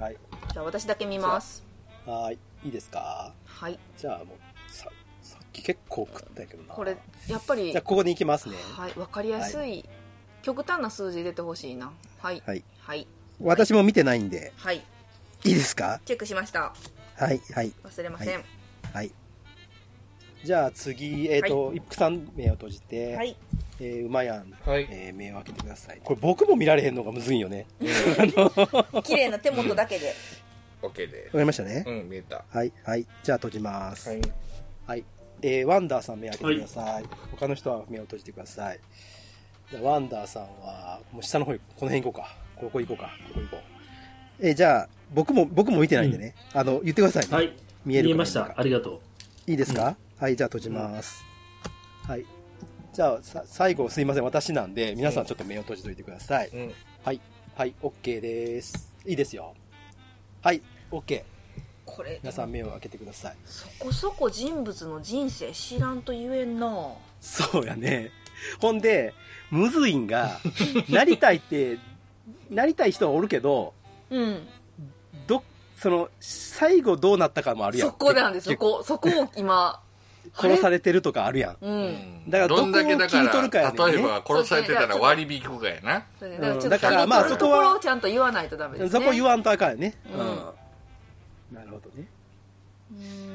はい。
じゃあ私だけ見ます。
はーい。いいですか
はい。
じゃあ、もう、さ、さっき結構食ったんやけどな。
これ、やっぱり、
じゃあ、ここに行きますね。
はい。わかりやすい,、極端な数字出てほしいな。はい。
はい。
はい。
私も見てないんで、
はい。
いいですか
チェックしました。
はい、はい、
忘れません。
はい。じゃあ、次、えっ、と、一服さん、目を閉じて、
はい。
えー、うまやん、
はい。
えー、目を開けてください。これ、僕も見られへんのがむずいんよね。
綺麗な手元 だけで。
OK で
わかりましたね
す。。うん、見えた。
はい、はい。じゃあ、閉じます。
はい。
はい。えー、ワンダーさん目開けてください。他の人は目を閉じてください。じゃあ、ワンダーさんは、もう下の方、この辺行こうか。ここ行こうか。ここ行こう。えーじゃあ、僕も、僕も見てないんでね。あの、言ってくださいね、
はい。
見えるか
ました。ありがと
いいですか、はい、じゃあ閉じます。はい。じゃあ、さ最後、すいません。私なんで、皆さんちょっと目を閉じといてください。
うん。
はい。はい、OK です。いいですよ。はい、OK。
これ、
皆さん目を開けてください。
そこそこ人物の人生知らんと言えんな
そうやね。ほんで、むずいん が、なりたいって、なりたい人はおるけど、
うん。
ど、その、最後どうなったかもあるやん。
そこなんです、そ
結
こ。そこを今。
局殺されてるとかあるやん。
う。
うんん
だから
どんだけだか
どこを切り取るかや
ら、
ねんね
例えば殺されてたら割引くかやな。
それで
うん
だからちょっ
だ
と
からまあそこは
ところをちゃんと言わないとダメですね。
そこ言わんとあかんよね。
うん
なるほどね。
うーん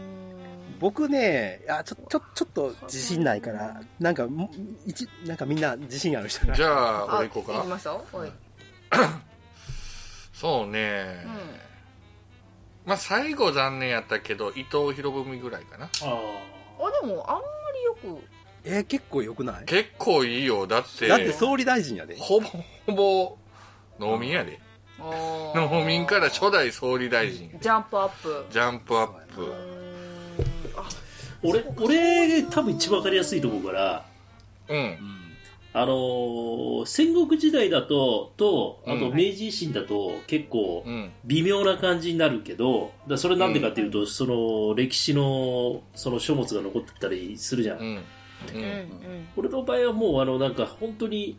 僕ね、あ、ちょ、ちょ、ちょっと自信ないから、なんか、も一、なんかみんな自信ある人が
じ。ゃあ、
あ、
俺行
行
こう
き
か。
ましたおい。
そうね。まあ、最後残念やったけど、伊藤博文ぐらいかな。
う。あ
あ、でも、あんまりよく。
えー結構良くない
結構いいよ。だって、
だって総理大臣やで。
ほぼほぼ、農民やで。
あー
農民から初代総理大臣やで。
ジャンプアップ。
ジャンプアッ
う
プ。
ーんあ
俺、俺、多分一番わかりやすいと思うから、
うん。
あのー戦国時代だと、と、あ
う
と
ん
明治維新だと、結構
う、ん。
微妙な感じになるけど、だからそれなんでかっていうと、その、歴史の、その書物が残ってたりするじゃん。
うん。う。
うんうんん
俺の場合はもう、あの、なんか、本当に、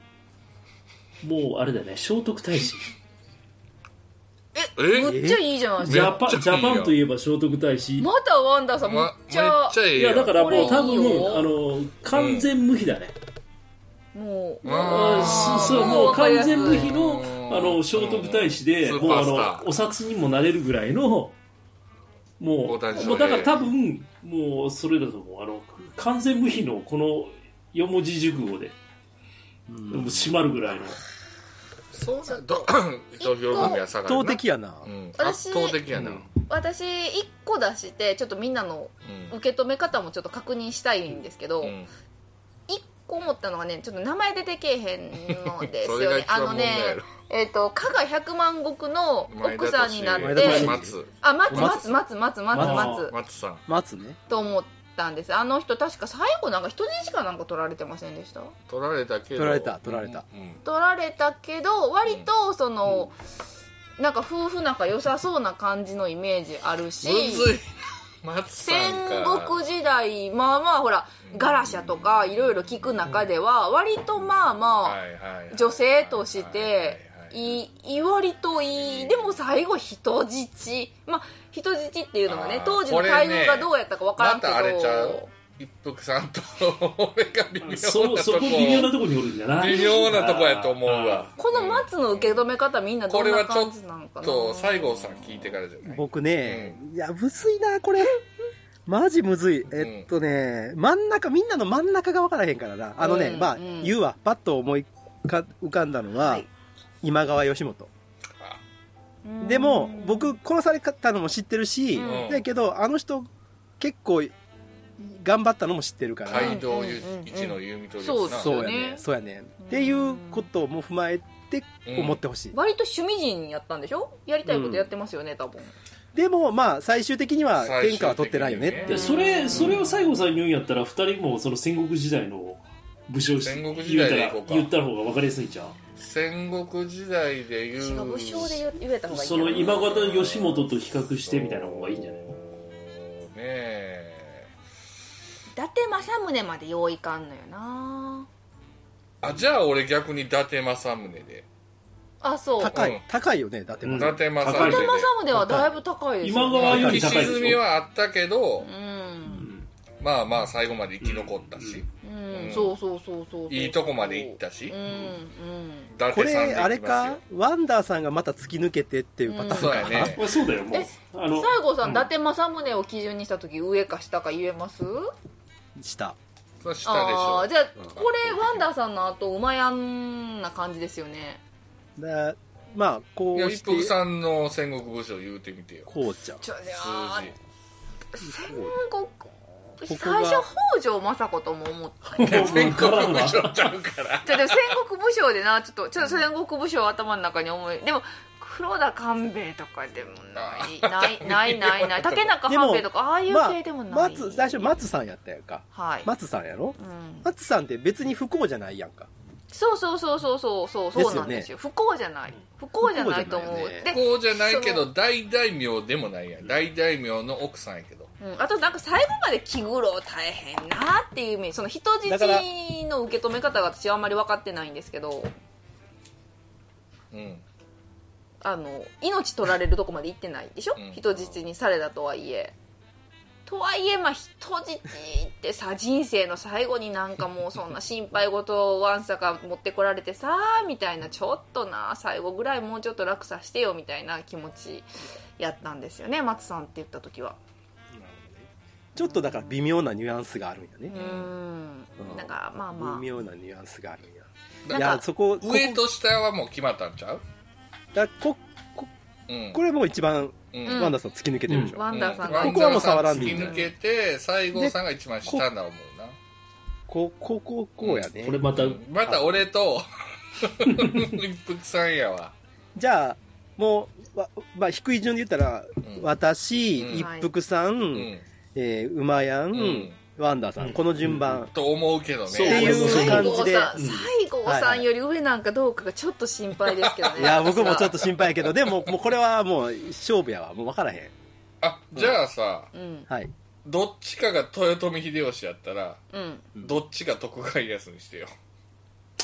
もう、あれだよね、聖徳太子。
え
むっちゃいいじゃないです
め
か
ジャパ
っちゃいいよ
ン、ジャパンといえば聖徳太子。
またワンダーさん、むっ
ま、めっ
ちゃ、
ちゃええ
い
やん
や、だからもう多
これいいよ
分、あの、完全無比だね。
も
あ
う、
ー
あーそうそう、
もう
もう
わか
完
りやすい
全無比の
うん、
あの、聖徳太子で、
うん
もうあ
スーパースター
の、お札にもなれるぐらいの、も
大谷翔
う、も
平
うだから多分、もうそれだと思う。あの、完全無比のこの四文字熟語で、もう閉まるぐらいの。
そうだ、ど、伊藤博文は下が
圧
るな。
倒的やな。
うん。
私
圧倒的やな。
う
うんん。
私、一個出して、ちょっとみんなの受け止め方もちょっと確認したいんですけど、
うん
一個思ったのがね、ちょっと名前出てけえへんのです
そ
よ
れが
ね
一。
あ
番
の
問題や
ね
ろ、。
えっ、と、加賀百万石の
前田
奥さんになっ
利
前田
て
利、
松
あ、松、松、松、松、松、松、
松さん
松ね。
と思ったんです。あの人、確か最後なんか人質かなんか取られてませんでした
取られたけど
取られた取られた
うん
取られたけど割とその、なんか夫婦仲良さそうな感じのイメージあるし
むずいな松さ
戦
んか
国時代まあまあほらガラシャとかいろいろ聞く中では割とまあま
はいはいは
あ
い
女性として
はいはい
いいい割といいでも最後人質まあ人質っていうのが
あ
ね
ー
当時の対応がどうやったかわからんけど、
またあれちゃう一服さんと俺が微妙な
そ、そ
と
こ
こ
微妙なとこにおるんだな。
微妙なとこやと思うわ
この松の受け止め方みんなど
こ
ん
れ
な
はちょ
感
っ
じなのかな
と西郷さん聞いてからじゃない
僕ね、いや、むずいな、これ。マジむずい。えっとね、真ん中、みんなの真ん中が分からへんからな。あのね、
うん
まあ、
うん
言うわ。パッと思い浮か浮かんだのは、
はい
今川義元。
うん
でも、僕、殺されたのも知ってるし、
うん
だけど、あの人、結構、頑張ったのも知ってるから。
街道
うんうんうん
一の弓取り
そう
な
そうや
だよ
ね
ね。
そうやね。っていうことも踏まえて、思ってほしい。
割と趣味人やったんでしょやりたいことやってますよね、多分
でも、まあ、最終的には、天下は取ってないよねって
でそれ、それを西郷さんに言うんやったら、二人もその戦国時代の武将し
戦国時代で
言
いうこう
た、
から
言ったら方がわかりやすいんちゃう
戦国時代でいう
違う武将で言えた方がいい
その今方義元と比較してみたいな方がいいんじゃない
そうねえ
伊達政宗まで用意かんのよな
あじゃあ俺逆に伊達政宗で
あ、そう。
高
うん
い、高いよね、だって
うん
伊達政宗
伊
で。
達政宗ではだいぶ高いです
今
よ、
川より高いでしょ
浮き沈みはあったけど
う、ん。
まあまあ最後まで生き残ったし、
う。
うんん
そうそうそうそう。
いいとこまで行ったし
う、ん。
伊
こ
達さん
れ、
で
あ
行
れ
きます
か
よ。
ワンダーさんがまた突き抜けてっていうパターン
そうや
か。
ね。
まあ、そうだよ、もう
え。
あ
う
の
ん。、西郷さん、伊
う
達政宗を基準にしたとき、上か下か言えます
した。
それ下でし
あ
ょ
あー、。じゃあ、
うん
これ、ワンダーさんの後、馬やんな感じですよね。
でまあ、こ
いや、
う
一
し
服
て、
さんの戦国武将言うてみてよ。
こうちゃん。
ちょ、じゃあ
数、
戦
ここが
国、最初、北条政子とも思っ た。
もう
字。戦
わ
国
からん
武
わ
将ちゃうから。
じゃあでも戦国武将でな、ちょっと、ちょっと戦国武将頭の中に思い、でも、黒田官兵衛とかでもない、 ない、ない、ない、ない、 竹中半兵衛とか、ああいう
まあ
系でもない。
松、最初、松さんやったやんか。
はい。
松さんやろ
うん、
松さんって別に不幸じゃないやんか。
そうそうそうそうそうそうそうなんで
ですす
よ不幸じゃない不幸じゃないと思う、
不幸じゃないね
こう
で
じゃないけ
そ
ど、大大名でもないやん。大大名の奥さんやけど。
うん、あとなんか最後まで気苦労大変なっていう意味その人質
だから
の受け止め方が私はあんまり分かってないんですけど
うん。
あの命取られるとこまで行ってないでしょ、
うん
人質にされたとはいえとはいえまあ人質ってさ人生の最後になんかもうそんな心配事をわんさか持ってこられてさみたいなちょっとな最後ぐらいもうちょっと楽さしてよみたいな気持ちやったんですよね松さんって言った時は
ちょっとだから微妙なニュアンスがあるんや
う
ね。
ん
うん
なんかまあまあ
微妙なニュアンスがあるんや。
なん
い
か
や、そこ、ここ
上と下はもう決まったんちゃう
だこ
うん。
これもう一番、
うん
うん
ワンダーさん突き抜けてるでしょ。
ワンダーさんが、
う
ここはもう触らん
突
でい
き
いんだよ
抜けて、西郷さんが一番下だ思うな。
こ、こ、こ、こうやね
こ。れまた、
また俺と、 一服さんやわ。
じゃあ、もう、わまあ、低い順で言ったら、
ん
私、
うん
一服さん、
うん。
えー、馬やん、
ん
ワンダーさん、
うん
この順番。
と思うけどね。
そう
っていう
西
感
郷
じで
さん、
うん
西郷さんより上なんかどうかがちょっと心配ですけどね。
いや、僕もちょっと心配やけ ど、でも、もうこれはもう、勝負やわ。もう分からへん。
あ、じゃあさ、
うん。
はい。
どっちかが豊臣秀吉やったら、
うん。
どっちが徳川家康にしてよ。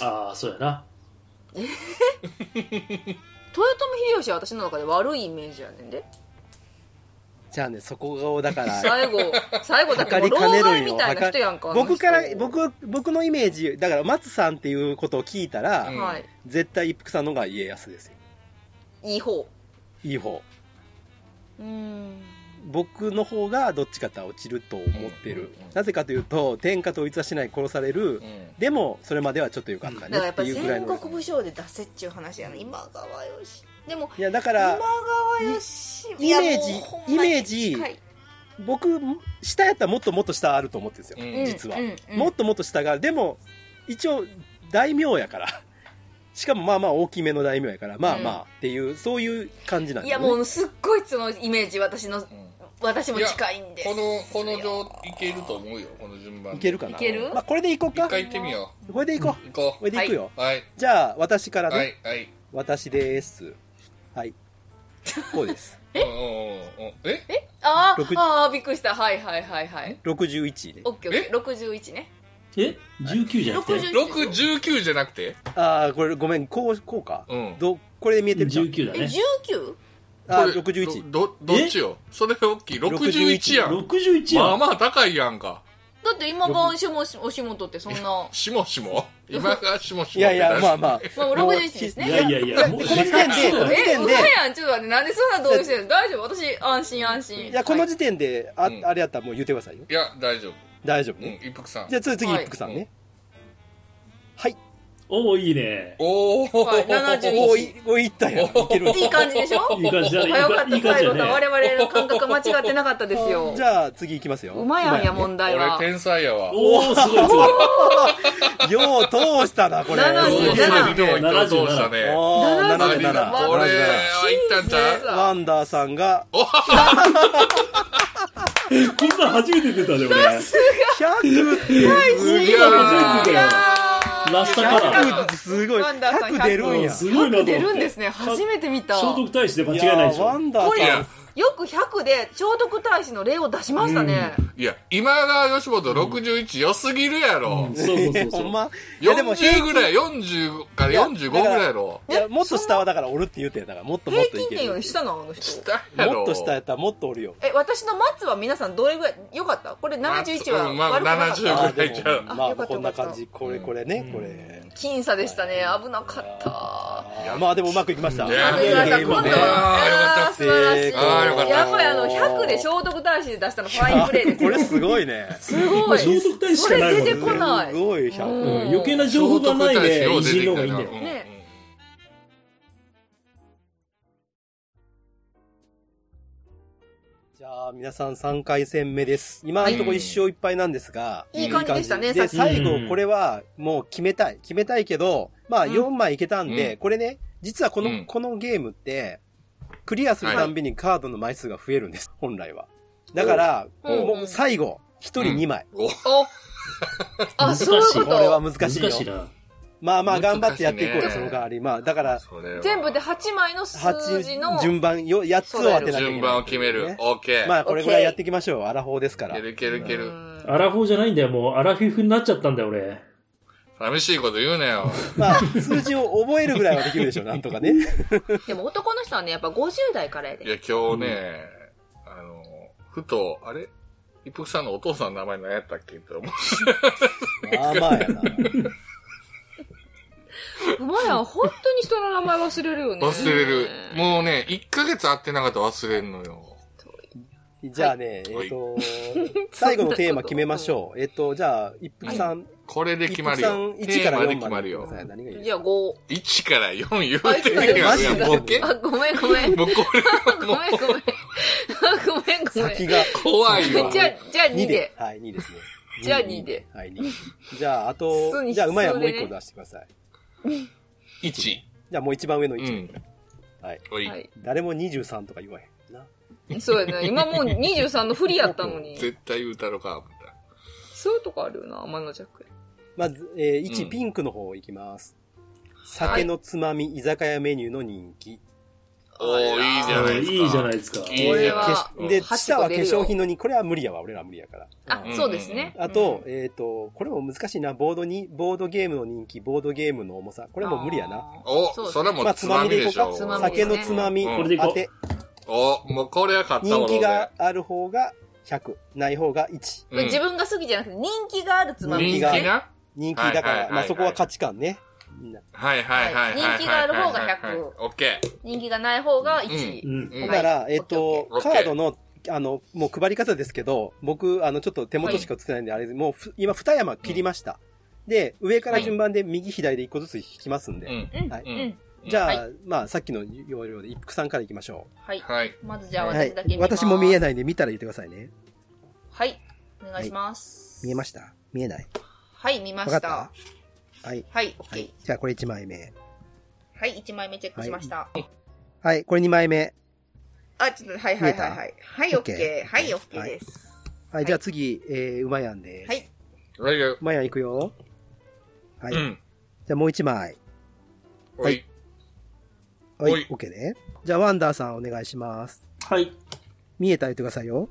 ああ、そうやな。
豊臣秀吉は私の中で悪いイメージやねんで。
じゃあね、そこを、だ から、
最後、 最後だけ
測
もう
りかね
老害
るん
み
よ。
たいな人やんか。あの人
僕から、。僕、僕のイメージ、だから、松さんっていうことを聞いたら、
うん
はい。
絶対一服さんの方が家康ですよ。
いい方。
いい方。
うん。
僕の方がどっちかとは落ちると思ってる、
うん
なぜかというと天下統一はしない殺される、
うん。
でもそれまではちょっとよかった
だから
ね
や
っ
っ
て
ぱり
いうぐらい
戦
の
国武将で出せっちゅう話やな。今川義。でも、
いやだか
今
ら
川義。
イ
いや
イメージ
もうほんまに近い
僕下やったらもっともっと下あると思ってるんです
う
よ、
ん
うん
実は
うんうん
もっともっと下があるでも一応大名やからしかもまあまあ大きめの大名やからまあまあっていう、そういう感じなん
い
だ
や
よね
もうすっごいそのイメージ私の
うん
私も近いんです
この、この
よ
状、いけると思うよ、この順番。
いけるかない
ける
まあ、これでいこう
一
か
回行ってみよ
これでいこ
う。
う
行こ
これでいくよ、
う。はい。
じゃあ私からね、
はい、はい。
私です はいこうです
うんうんうんうんえ
あー
60
あーびっくりしたはいはいはいはい
61位ね
オッケーオッケー61ね
え ?19 じゃなくて
?6、19じゃなくて
ああこれごめんこうこうか、
うん
どこれで見えてるじゃん
?19 だ
え
ね。
19?
あー
これ
61
ど、どどっちよそれ大きい。61やん。
61や
まあ
ん。
まあ高いやんか。
だって今川吉もお仕事ってそんな、まあ、
しも しも今がしもし
い
も。
や いやまあまあ
61です
い
ね
やいやいや、
いや
もう
この時点で
そうだね
時
え
点
嘘
で
やんちょっと待ってなんでそんな動揺してるの大丈夫私安心安心
いやこの
はい
時点であ,、
うん
あれやったらもう言ってくださいよ
いや、大丈夫。
大丈夫
うん、
ね、
一服さん
じゃ。あ次次
はい
一服さんねはい、
おーいいね。
おー、
はい72
おおいおいったやんいける
いい感じでしょ
いい感じだね。
あよかっ
い
た
い感じ
最後
だ
の
ね。
我々の感覚間違ってなかったですよ
じゃあ次いきますよ
うまやんや問題
俺
は
天才やわ。
おー、すごいすご い。
よう通したなこれ
77
おー
77
でも今日通したね。
おー
77
77
これ、はいったんちゃう
ワンダーさんが
こんなん初めて出たね、俺。
100って
い
す
や
い
い
や
や
ラストカラー。
100すごい
ワンダーさん
100出るん
うん
や
す
ー
ごいなと思
100
って。
出るんですね初めて見た
聖
こ
徳太子で間違いないでし
やーワ
ょ。
ンダー
れ
さん
よく100で聖徳太子の例を出しましたね、
ーいや、今川義元61良すぎるやろ。
そうそうそうそ
ほ
う。
んまいやでも平
40
均
ぐらい、40から45ぐらいやろ。
いやもっと下はだからおるって言うてんだからもっとも
平
っとい
均
け
点よ
る
り下なのあの人
下やろ。
もっと下やったらもっとおるよ
え私の松は皆さんどれぐらい良かったこれ71は
う
悪
ん
く
まあ
なかっ
70
た
あ
ぐ
ーでも
ちゃう
ま
あ
あ
よかった
こんな感じこれこれね
うん
これ
僅差でしたね危なかった
あーまあでもうまくいきました
いやー
危なか
い
った
やいやいや
今度
いや
はあー素晴らしい
成功あーよかった
やばいあの100で聖徳太子で出したのファインプレーです
これすごいねす
すごい
聖徳太子しかないもんね
それ出てこない
ごい100
うん余計な情報がないで、偉人の方がいいんだよ。
ね
じゃあ皆さん3回戦目です今のところ1勝1敗なんですが、
いい感じでしたね
で、
さっき
さ
最後、これは、もう決めたい。決めたいけど、まあ、
うん
4枚いけたんで、
うん
これね、実はこの、
うん
このゲームって、クリアするたんびにカードの枚数が増えるんです、本来は。だから、
おう
もう最後、1人2枚。
おあそういうこ
これは
と
難しいよ
難。しいな。
まあまあ、頑張ってやっていこうよ、
難しい
そ
ね
の代わり。まあ、だから、
それは
全部で8枚の数字の
8、順番、よ8つを当てなきゃいけない、
順番を決める
ね。
オッケー。
まあ、これぐらいやっていきましょう。アラフォーですか
い
ら
け。るいけるいけ
う
る。
ん
アラフォーじゃないんだよ、もう。アラフィフになっちゃったんだよ、俺。
寂しいこと言う なよ。
まあ、数字を覚えるぐらいはできるでしょう、なんとかね。
でも男の人はねやっぱ50代からや
い
で
や、今日ね、あの、ふと、あれ一服さんのお父さんの名前何やったっけって思う。
まあまあやな。
お前は本当に人の名前忘れるよね
忘れる。もうね、1ヶ月会ってなかったら忘れんのよ。
じゃあね、
はい
えっ、と、最後のテーマ決めましょう。えっ、と、じゃあ、一服さん、
これで
一
決ま
服
る
さ
よ
ん。1
テ
か
ー
ら
マ
4ま
で決まる
で。
よ
ごめんな。さい何がいい
じゃあ5
1から4言
あ
うてるや
マ
ん。い
ジで
やボケ
あごめんごめん
もうこれは
ごめんごめん。あご
もう
めんごめん。
先が
怖いわ。
じゃあ、じゃあ2
2
で
で。。はい、2ですね。
じゃあ2で。
はい、2。じゃあ、あと
す、に
じゃあ、馬やもう
それで
1個出してください。
1。
じゃあ、もう一番上の
う
1。
ん。
はい。
おい
は。い。
誰も23とか言わへんな。
そうやな。今もう23のフリやったのに。
絶対言うたろか、思った
そういうとこあるよな、天のジャック。
まず、えー、1、
うん
ピンクの方いきます。酒のつまみ、居酒屋メニューの人気。
おー、いいじゃないですか。
いいじゃないですか。
いいじ
こ
ゃな
れ
い
はあ
で、
八個
下は化
出るよ
粧品の2。これは無理やわ、俺ら無理やから。
あ
う、ん
そうですね。
あと、えっ、と、これも難しいな。ボードに、ボードゲームの人気、ボードゲームの重さ。こ
こ
れもう無理やな。。
お、
そうです
そ
ね
れもつまみでしょ。
つまみ
酒のつまみ、
うん
これでいこう
当て、
お、もうこれは買ったも
人
の
気がある方が100、ない方が1。
これ自分が好きじゃなくて、人気があるつまみ
人
人
気
気
で
が
すね。
が
人気だか
はいはいはいは
ら、
い
まあそこは価値観ね。みんな。
はいはいはいはいはいはいはい。
人気がある方が100
オッケー。
人気がない方が1
う
位。
ん。
うん
だから、
はい
えっ、と
オッ、ケ
カ
ー
ードの、あの、もう配り方ですけど、僕、あの、ちょっと手元しか映ってないんで、あれ、もうふ、今、二山切りました。で、上から順番で右左で一個ずつ引きますん
う
で。
ん。
うん。
はい
うん。
うん
じゃあ、
は
まあ、さっきの要領で、一服さんからいきましょ
はい。
はい。
まずじゃあ
う。
私だけ見ます
私も見えないんで、見たら言ってくださいね。
はい。お願いします。
見えました見えない
はい、見
わ
ま
か
し
ったた。はい。
はい、
は
OK
い。。じゃあ、これ1枚目。
はい、1枚目チェックしました。
はい、これ2枚目。
あ、ちょっと、はいはいはいはい。はい、オッケー。
OK
はい、オッケーです。
はい、じゃあ次、えー、うまやんです。
はい。。
はいよ
うまやんいくよ。はい。
う
じ
ん。
ゃあもう1枚。
おい。
は
はい
い、OK ね。じゃあワンダーさんお願いします。
はい。
見えたら言ってくださいよ。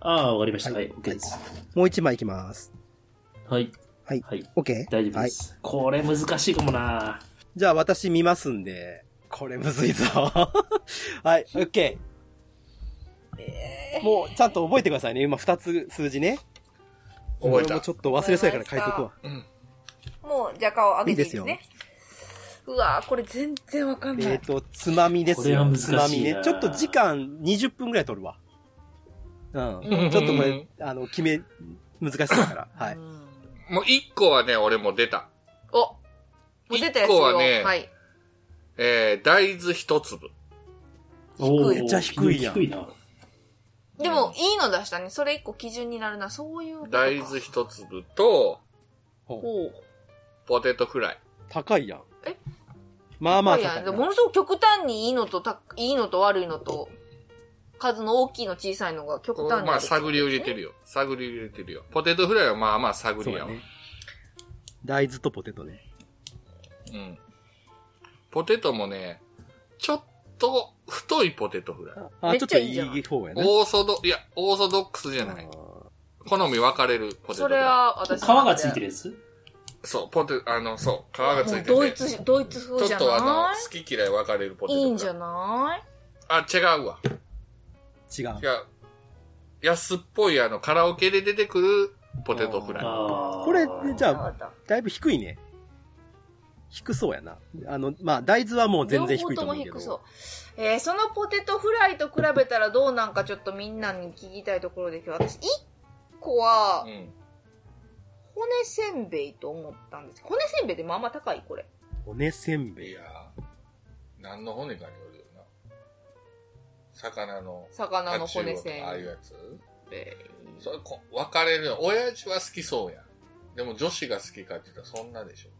ああ、わかりました。は
はい
い、OK です。
もう1枚いきます。
はい。
はい
はい。
OK?
大丈夫
は
で
い。
す。これ難しいかもな
じゃあ私見ますんで、これむずいぞ。 はい、OK。もうちゃんと覚えてくださいね。今2つ数字ね。
覚え
俺も
た
ち。ょっと忘れそうやから書いとくわ。
うん。
もう、じゃあ顔上げていいです
いい
ね。うわぁ、これ全然わかんな
えっ、
い。
と、つまみです
これは
よ。
難しい
つ
な
まみね。ちょっと時間20分ぐらい取るわ。うん。
うん
ちょっとこれ、あの、決め、難しいから。はい。
もう一個はね、俺も出た。
おもう出たや
一
つ
個
よ。
はね
はい。
えー、大豆一粒。
おー
めっちゃ低いやん
低いな。
でも、いいの出したね。それ一個基準になるな。そういうことか。
大豆一粒と、
ほう。
ポテトフライ。
高いやん。
え
まあまあ
い
高
や
い
で
な
もものすごく極端にいいのとた、いいのと悪いのと、数の大きいの小さいのが極端にある。
まあ、探りを入れてるよ。探りを入れてるよ。ポテトフライはまあまあ探
そ
り
うや
やわ。
ね。大豆とポテトね。
うん。ポテトもね、ちょっと太いポテトフライ。
あ、
めっ
ちょっ
ち
と
ゃいいじゃん
いい方やね。
オーソド、いや、オーソドックスじゃない。好み分かれるポテト
それは私
皮がついてるやつ
そう、ポテあの、そう、皮がつい
も
て
う
て。
ドイツドイツ風
ち
じ
ょっ
ゃ
とあの
な、
好き嫌い分かれるポ
い
テト。
いいんじゃない
あ、違うわ。
違う
違。う。安っぽいあの、カラオケで出てくるポテトフライ。
あー
これ、じゃ
わか
あ、
った
だいぶ低いね。低そうやな。あの、まあ、大豆はもう全然低いと思うけ
両方とも低そう
ど。。
えーそのポテトフライと比べたらどうなんかちょっとみんなに聞きたいところで今日私、1個は
う、ん。
骨せんべいと思ったんです。骨せんべいでまあまあ高いこれ。
骨せんべ
い
い
や。ー、何の骨かによるよな。魚の、
魚の
タチウ
骨
オと
せ
かああいうんやつ
べい。
それこ、分かれるよ。親父は好きそうやん。でも女子が好きかって言ったらそんなでしょ。
うん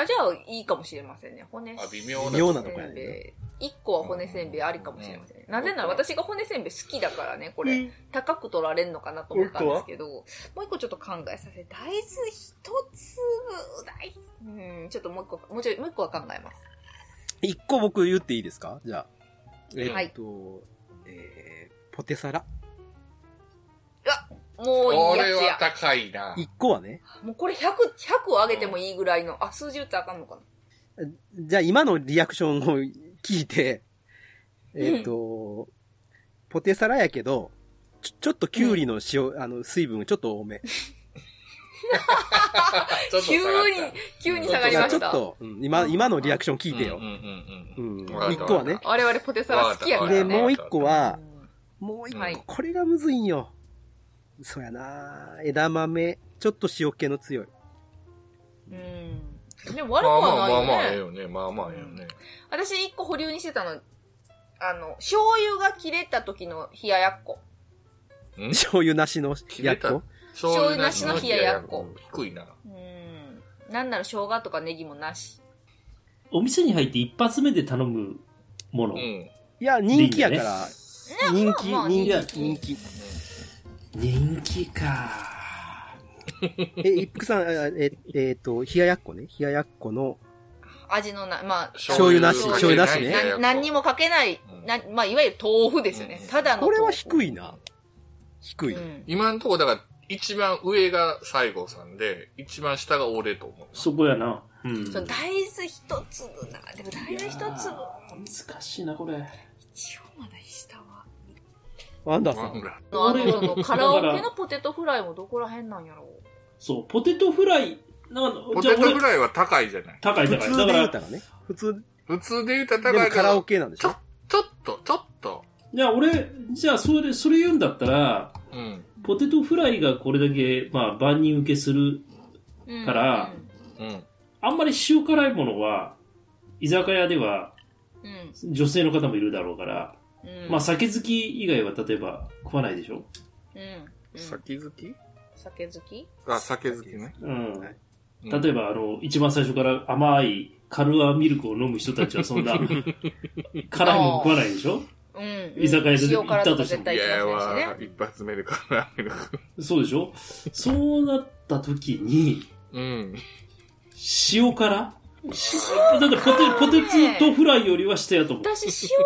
あ、じゃあいいかもしれませんね。骨
あ微妙な
せんべ
微
い
妙なとこやね
一個は骨せんべいありかもしれませんね。なぜなら私が骨せんべい好きだからね、これ。高く取られんのかなと思ったんですけど、もう一個ちょっと考えさせて、大豆一粒、大豆、うん、ちょっともう一個、もうちょい、もう一個は考えます。
一個僕言っていいですかじゃあ。え
はい
っと、えー、ポテサラ。
もう
こ
いい
れ
やつ
は
や。
高いな。
一個はね。
もうこれ100、100を上げてもいいぐらいの、あ、数字打ったらあかんのかな。
じゃあ今のリアクションを聞いて、えっと、ポテサラやけど、ちょちょっとキュウリの塩、あの、水分ちょっと多め。
ちょっと
急
下がった
に、急に下がりま
ちょっ
し
と
た。
うん今、今のリアクション聞いて
う
よ
ん。
う
うん
ん。
うんうん。
一個はね。
我々ポテサラ好きやからね。
で、
わかった
もう一個は、
う
もう一個、
はい
これがむずいんよ。そうやな枝豆、ちょっと塩気の強い。
んうん。でも
まあ
悪く
ま
は
あ
ない
まあ
よね。
まあ、ええよね。まあまあ、ええよね。
私一個保留にしてたの、あの、醤油が切れた時の冷ややっこ。
うん
醤油なしのやっ
切れ
こ
醤
油なしの冷ややっこ。
低いな。
うん。なんなら生姜とかネギもなし。
お店に入って一発目で頼むもの。
うん。
いや、人気やか
いいよ
ら。人気、
まあまあ
人気、
人
人気。
人気か。
え、一服さん、あえ、えっと、冷ややっこね。冷ややっこの、
味のな、まあ、
醤油なし
醤油
なしね
冷ややっ
な
こ
何にもかけない、なまあ、いわゆる豆腐ですよね
う。ん
ただの
こ
豆
れ
腐。
は低いな。低い。
うん
今のところ、だから、一番上が西郷さんで、一番下が俺と思う。
そこやな。うん。
そう大豆一粒な。でも大豆一粒。
粒。難しいな、これ。
一応まだ下は。
ワンダーさ
ワン
ん。
ラ
あ
俺
の、そのカラオケのポテトフライもどこら辺なんやろう。
そう、ポテトフライ。なんか
ポ
じゃあ
テト
俺
フ、ライは高いじゃない。
高い
普
高い。
通で言
だ
う
か
た
ら、
らね。普通、
普通で言うたら
で
高
も
いか
カ
ら、
ラ
ちょ
オケなんでし
ちょ
ょ
っと、ちょっと。
じゃあ俺、じゃあそれ、それ言うんだったら、
うん。
ポテトフライがこれだけ、まあ、万人受けする。
うん
から
うん。
あんまり塩辛いものは、居酒屋では
うん。
女性の方もいるだろうから、
うん。
まあ、酒好き以外は例えば食わないでしょ
うん。うん。
酒好き
酒好き
あ、酒好きね。
うん。
はい
うん
例えば、あの、一番最初から甘いカルアミルクを飲む人たちはそんな、辛いもん食わないでしょ
うん。
居酒屋で
塩辛とか絶
行
対
い
行き
やいや
ませんし
わ
ね。
一発目でからめる。
そうでしょそうなった時に、
うん。
塩辛だってポテ、ポテツとフライよりは下やと思う。
私、塩辛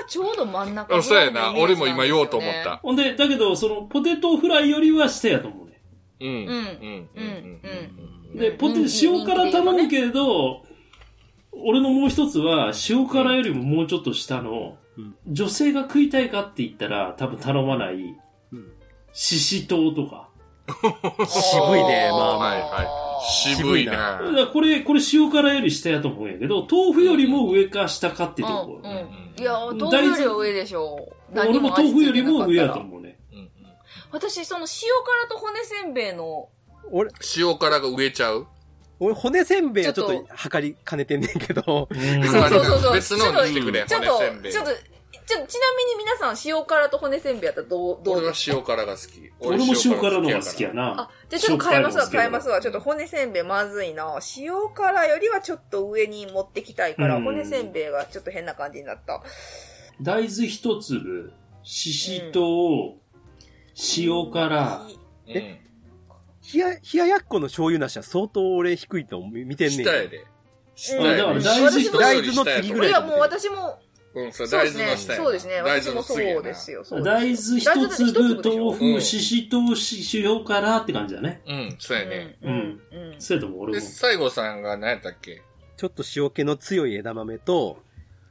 がちょうど真ん中ぐらいのイメージなん
あ
です
そう
よね
やな。俺も今言おうと思っ。た。
ほんで、だけど、その、ポテトフライよりは下やと思うね。
うん。うん
うん
うん。うん
で、ポテ
うん、
塩辛頼むけれど、俺のもう一つは、塩辛よりももうちょっと下の
うん、
女性が食いたいかって言ったら、多分頼まない、
うん
ししとうとか。
渋いねま
あー
あ
はいはい。渋いな。
だからこれ、これ塩辛より下やと思うんやけど、豆腐よりも上か下かってとこ。
うんうん。いや、豆腐よりは上でしょう。
俺も豆腐よりも上やと
う。
思うね。
うん
私、その塩辛と骨せんべいの、
俺、
塩辛が植えちゃう
俺、骨せんべいはちょっ
ちょっ
と測りかねてんねんけど、
そうそうそうそう。
別のにしてくれ、
ちょっ
骨
と、
せんべい
ちょ。っと、ちょっと、ちなみに皆さん塩辛と骨せんべいやったらどう、どう
俺
で
は
す
塩辛が好き。
俺も塩辛のが好きや
な。
な
あ。、じゃあちょっと変えますわ、
塩辛いの好きだ
変えますわ。ちょっと骨せんべいまずいな。塩辛よりはちょっと上に持ってきたいから、
うん
骨せんべいがちょっと変な感じになった。
大豆一粒、ししとう、塩辛、
うん。
冷や、冷ややっこの醤油なしは相当俺低いと見てんねん。
下やで。下
うん
やで。
だから大豆
下より下やと
大豆の次ぐら
い
い
や、もう私も、
うん、それ
そう
大
です
豆の
ね。
下やな
そうですね。
大
私
豆
も
の
そう
次やな
ですよ。そう
大豆
です
一
よ
粒、豆
う
腐、
ん
ししとう、ししようかなって感じだね。
うん、そうやね。
うん。うん。
それとも俺
で、
も。
西郷さんが何やったっけ
ちょっと塩気の強い枝豆と、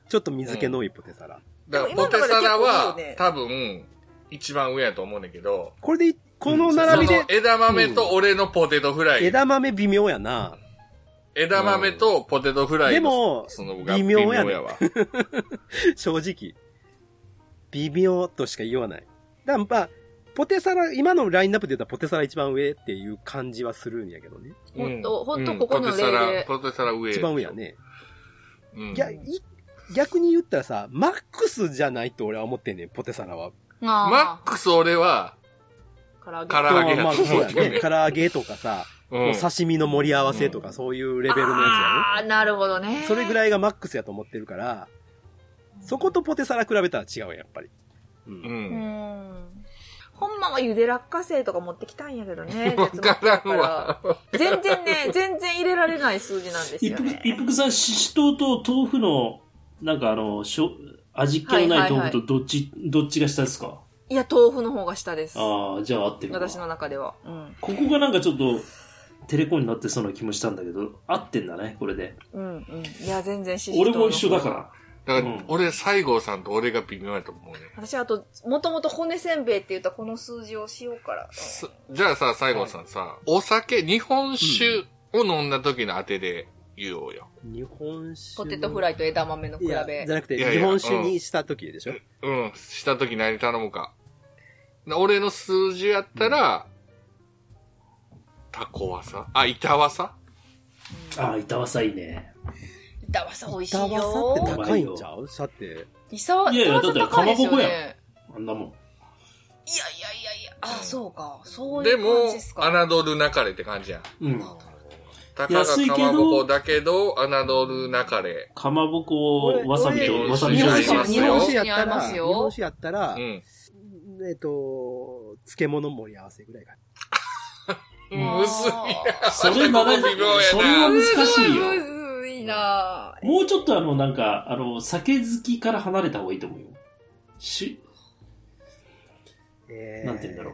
ちょっと水気の多いポテサラ。
だから、
で
ポ
も今の
テ
中
サ
で
ラ
結構多
はい
よね
多分、一番上やと思うねんだけど、
これでい、この
そ
並びで
の、枝豆と俺のポテトフライ。
枝豆微妙やな。
枝豆とポテトフライ。
でも
そのが
微
微
妙
妙
や
や
ね
わ。
正直。微妙としか言わない。だからまあ、ポテサラ、今のラインナップで言ったらポテサラ一番上っていう感じはするんやけどね。
ほん
う
と、
ん
ほんとここの例
うん
で。
ポテサラ、ポテサラ上。
一番上や。ね。
うん。
逆い逆に言ったらさ、マックスじゃないと俺は思ってんねん、ポテサラは。
マ
あ
ックス俺は、
あ、
唐
から
揚げや
まあ、
と
そう
思う
や
けど
ね。唐揚げとかさ、
うん
お刺身の盛り合わせとか、そういうレベルのやつ
あ
や
あ、なるほどね
ね。。それぐ
い。
らいがマックスやと思ってるから、そことポテサラ比べたら違うやんやっぱり。う。
うん。
うんん。ほんまはゆで落花生とか持ってきたんやけどね。
わからんわ。
全然ね、全然入れられない数字なんです
一
よ
服
ね。
一服さん、ししとうと豆腐の、なんかあの、しょ味気のない豆腐とどっち、どっちが下ですか
いや、豆腐の方が下です。
ああ、じゃあ合ってるわ
私の中では。うん。
ここがなんかちょっと、テレコになってそうな気もしたんだけど、合ってんだね、これで。
うんうん。いや、全然ししとう
俺
の方が
も一緒だから。
だか
うん
ら、俺、西郷さんと俺が微妙やと思うね。
私、あと、もともと骨せんべいって言ったこの数字をしようから。
すじゃあさ、西郷さんさ、お酒、日本酒を飲んだ時の当てで言おうよ。
日本酒
ポ
の。
テトフライと枝豆の比
いや、
べ
じ。ゃなくて、
いやい
日
や
本酒にした時でしょ
うん、した時何頼むか。な俺の数字やったら、タコワサあ、板ワサ
ああ、板わさいいね。
板わさ美味しい
板わ
よ
さっ。て高いんちゃうさて。
板わ
いやいや
板わさ高いですよ
だ
ね。
っ
い
て
や
かあんなもん。
いやいやいや、あ、そうか。そうい
で
う感
も
じです、か。
侮るなかれって感じやん。
うん。
たかが
安いけど
かまぼこだけど、侮るなかれ。
かまぼこをわさび
これ
と、わさび
日
じゃ
本
ない
合い
酒、
ます
日
よ
本酒やった
合いま
ら、
す
日
よ
本酒やったら
う、ん。
えっと、漬物盛り合わせぐらいか。
うん薄いな。
それまだ
微妙や
それは
な。
難しいよ
すごむずいなぁ
もうちょっとあの、なんか、あの、酒好きから離れた方がいいと思うよ。し、
え
なんて言うんだ ろ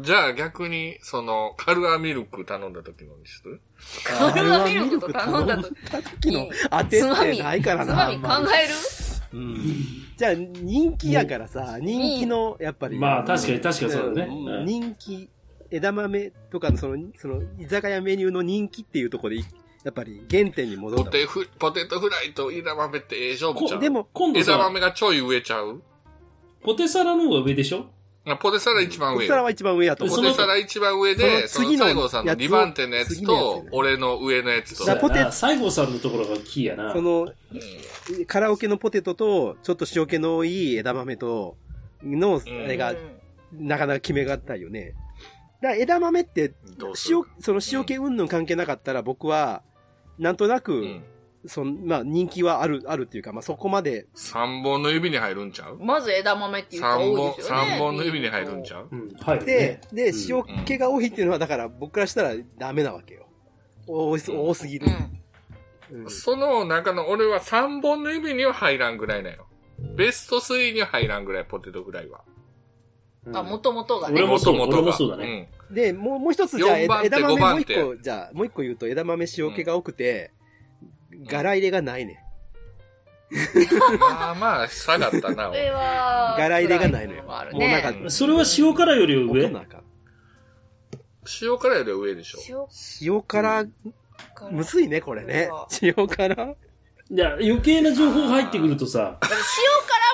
う
じゃあ逆に、その、カルアミルク頼んだ時のにする
カルアミルクと
カルア
頼んだと
た時の当て
つま
っ
み、
てないからな。
つ
あ
ま
ん
み
ま
考
り
える
うんじゃあ、人気やからさ、人気の、やっぱり。
まあ確かに確かにそうだね
ん
うん
人気、枝豆とかのその、その、居酒屋メニューの人気っていうところで、やっぱり原点に戻
ポ
った
テフ、ポテトフライと枝豆ってええ勝負ちゃ
こ
う
でも
今度
枝
さ、
豆がちょい上ちゃう
ポテサラの方が上でしょ
あポテサラ一番
ポ
上
テサラ
よ。
は一番上やと思
ポ
う。
テサラ一番上で、
そ
そ
の
の
次の
西郷さんの2番手のやつ
次のやつ
と
ね、
俺の上のやつと。
だからポテ
そうやな西郷さんのところがキーやな。
その、カラオケのポテトと、ちょっと塩気の多い枝豆と、の、あれが
う、ん
なかなか決めがたいよね。だから枝豆って、
どうする
塩、その塩気云々関係なかったら僕は、なんとな
う
く
ん、。
その、まあ人気はある、あるっていうか、まあそこまで、
3本の指に入るんちゃう
まず枝豆っていう人
三
多い
本、
ですよね。
三本の指に入るんち
ゃう
ゃう
うん、入る
で
ね。、
で、
う
塩
ん
気が多いっていうのは、だから僕からしたらダメなわけよ。多す多すぎる。
うん。
うん
その中の俺は3本の指には入らんぐらいなよ。ベスト3には入らんぐらい、ポテトフライは。
うん
あ、もともとが
俺
ね。
もそう
元々が
俺もそうだね。
で、もう、もう一つ、じゃあ、
4
枝
番手
枝豆
5
もう
番
一
手
個、じゃあ、もう一個言うと、枝豆塩気が多くて、柄入れがないね。
うんまあまあ、下がったな。
こ
俺
れは、
柄入れがないのよ
辛もある
もうなん
ね
か、
それは塩辛より
大
上
人か。
塩辛よりは上でしょ。
塩
塩辛、
辛
むずいね、これね
こ。
塩辛
いや、余計な情報入ってくるとさ、
だから塩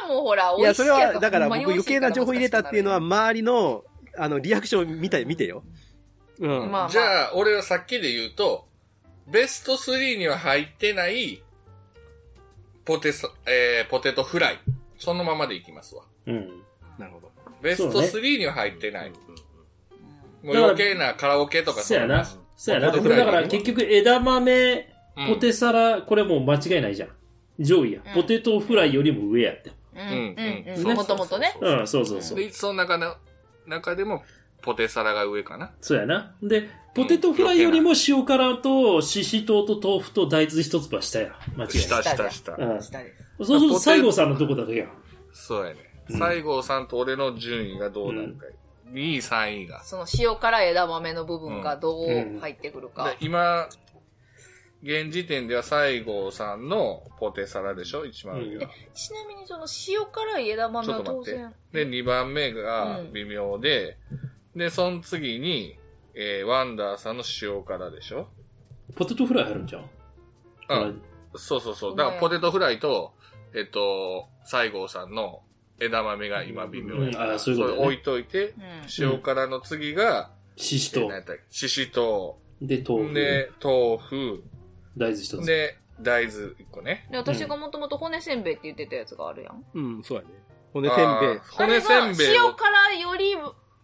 辛もほら、
い
美
や、
味
そ
しい
れ
やつ
は、だから
ほ
僕
んまに美
余
味し
計な情報入れたっていうのは、
難し
周りの、あの、リアクション見た、見てよ。う
くなる
ん。
まあ、
じ
じゃあ、
ゃあ、俺はさっきで言うと、ベスト3には入ってない、ポテサ、えー、ポテトフライ。そのままでいきますわ。
うん。
なるほど。
ベスト
そう
3には入ってない。も
だ
う
から
余計なカラオケとか
そやな
そ。
そやな。
ポテ
こ
トフ
れだ
ライ
から結局枝豆、
んな
ポテサラ、これもう間違いないじゃん。上位や
う。ん
ポテトフライよりも上やって。
うん
うん
うん
うん
うん。もともとね。
うん、そうそう
う
そ
ん
う。
で、その中の、中でも、ポテサラが上かな。
そうやな。で、ポテトフライよりも塩辛とししとうと豆腐と大豆一粒は下や。間違い
下、
ない。
下、下。
うん。
下です。
そうすると西郷さんのとこだけや。
そうやね。
うん
西郷さんと俺の順位がどうなるか。2位、3位が。
その塩辛枝豆の部分がどう入ってくるか。
で今、現時点では西郷さんのポテサラでしょ一番上が。
ちなみにその塩辛い枝豆は当
ちょっと
然。
で、2番目が微妙で、で、その次に、えーワンダーさんの塩辛でしょ
ポテトフライ入るんじゃん。
うん。そうそうそう。だからポテトフライと、えっと、西郷さんの枝豆が今微妙やから
うんあそういうことね
れ置いといて、
うん
塩辛の次が、
しし
えー
と
何や
う。
ったっけししと
で、豆
う、
腐。
で、豆腐、
大豆一つ。
で、大豆1個ね。
で、私がもともと骨せんべいって言ってたやつがあるやん。
うん、そうやね。骨せんべい
あー。骨せんべい
あれは
を
塩辛より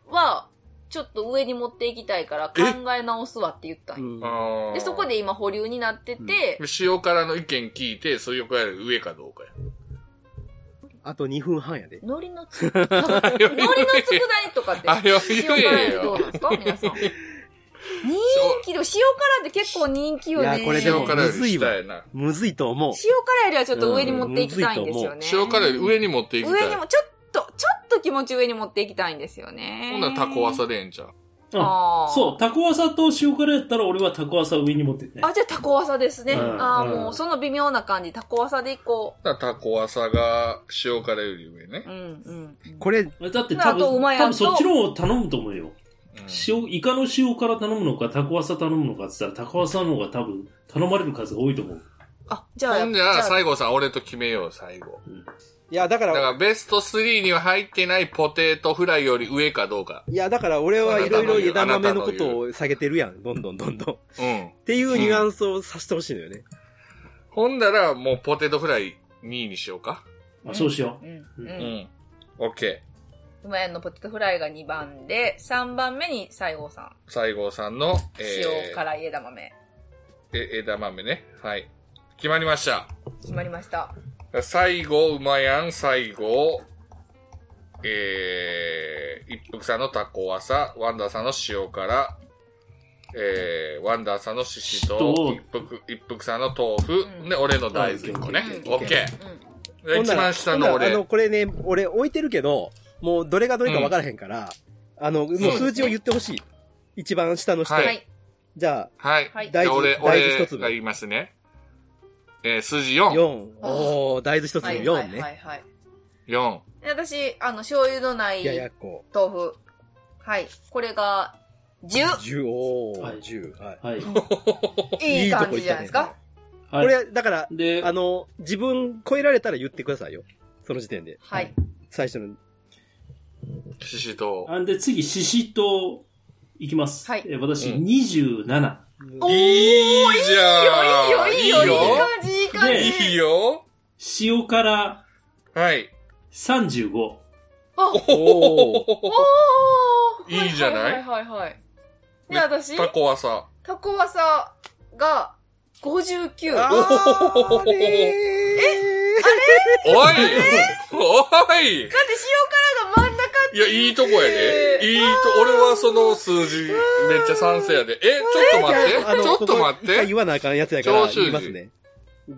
は、ちょっと上に持っていきたいから考え直すわって言ったんよ
うん
あー
で、そこで今保留になってて、
塩辛の意見聞いて、それよくやる上かどうかや。
あと2分半やで。
海苔の つ、海苔の佃煮とかって、
あれは言
塩辛
え
よりど
よ
うな。んですか皆さん。人気でも塩辛って結構人気よね。
いやこれで
塩
も
塩辛
辛より下やな。
むずいと思う。
よりはちょっと上に持っていきたいんですよね。
塩辛より上に持っていきた
上
い
に。もちょっと、ちょっと気持ち上に持っていきたいんですよね。
ほんならタコワサでええんちゃう。
あ
あー
そう、タコワサと塩辛やったら俺はタコワサ上に持ってってね。
あ、じゃあタコワサですね。
うん
ああ、
うん
もうその微妙な感じ、タコワサでいこ
だからタコワサが塩辛より上ね
う。う。ん、うん。
これ、
だって
あ
多
と
分、
うまいや
多
ん
分そっちの方頼むと思うよ。
うん
塩、イカの塩辛頼むのか、タコワサ頼むのかって言ったら、タコワサの方が多分頼まれる数が多いと思う。
あ、じゃあ、
ほんじゃあ、
じゃあ
西郷さん、俺と決めよう、最後。
いや、だか、
だからら、ベスト3には入ってないポテトフライより上かどうか。
いや、だから俺はいろいろ枝豆のこと
あなたの言
を下げてるやん。どんどんどんどん。っ
うん。
ていうニュアンスをさせてほしいのよね。
ほんだら、もうポテトフライ2位にしようか。
あ、そうしよ
う
う。
ん、う。
うんん。オッケ
うまやんのポテトフライが2番で、3番目に西郷さん。
ー。西郷さんの、えー
塩辛い枝豆。
え枝豆ね。はい。決まりました。
決まりました。
西郷うまやん、西郷、えー、一服さんのタコワサ、ワンダーさんの塩辛、えー、ワンダーさんのシシトウ、
シシ
一服、一服さんの豆腐、
うん
で、俺の大豆一個ね
う。ん
オッケー。
うん。
で
ほんなら
一番下の
ほんならあ
俺
の、。これね、俺置いてるけど、もうどれがどれか分からへんから、あの、もう数字を言ってほしい。一番下の人。
はい
はい。
じゃ
はい。
はい
じゃあ俺、
大豆
俺
一粒
が言いますね。えー、数字
あ、
4。
4。おー、大豆一つ
は
の
い。
4
は
ね。
い。はい。
4。
で私、あの、醤油のない
いやいや、こ
豆腐。はい。これが、
う、
10。
10、お
はい
ー、10。はい。
はい。
いい
と
感
こ
じじゃないですか。
こ
はい。
れ、だから、
で、
あの、自分超えられたら言ってくださいよ。その時点で。
はい。
最初 の。
シシト
あんで次、シシトウいきます。
はい
えー私、
うん
27。
おー、
ウ。
いい
いいじゃ
よ、
ん
いいよ、いいよ、い
い
い感じ、いい感
で
じ。
いよいいよ
塩辛
はい。
35。
あ、
おー。
おー
いいじゃない
はいはいはいはい。で、
ね
私、
タコワサ。
タコワサが59。
あーれー
おいおい
だって塩辛が真ん中
いや、いいとこやで。いいと、俺はその数字、めっちゃ賛成やで。え、ちょっと待って。ちょっ
こ
と待っ
こ一回
て。
言わなあかんやつやから
長州
言
寺
いますね。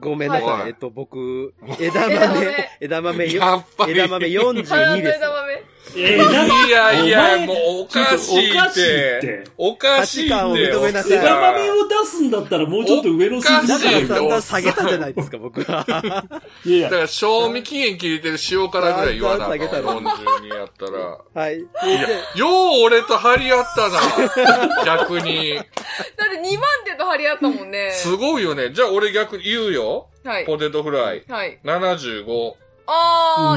ごめんなさ。
はいい
えっと、僕、枝豆、 枝豆、
やっぱり。
枝豆42です。
枝豆。
えー、ない
やい
お前
や、もうおかしい
ちょっとおか
っ
しいってて。
おかしいって。
価値観を認めなさい
枝豆を出すんだったらもうちょっと上の数字
だ
だ
か
からら
ら
おかしい
い
と
だんだん下げたじゃないですか、僕は。
やい
だ
や
か、ら、賞味期限切れてる塩辛ぐらい言わなあかん。
さんさん下げたの
42やったら。よ
はい。
う俺と張り合ったな。逆に。
だって2万点と張り合ったもんね。
すごいよね。じゃあ俺逆に言うよ。
はい。
ポテトフライ。
はい。
75。
あ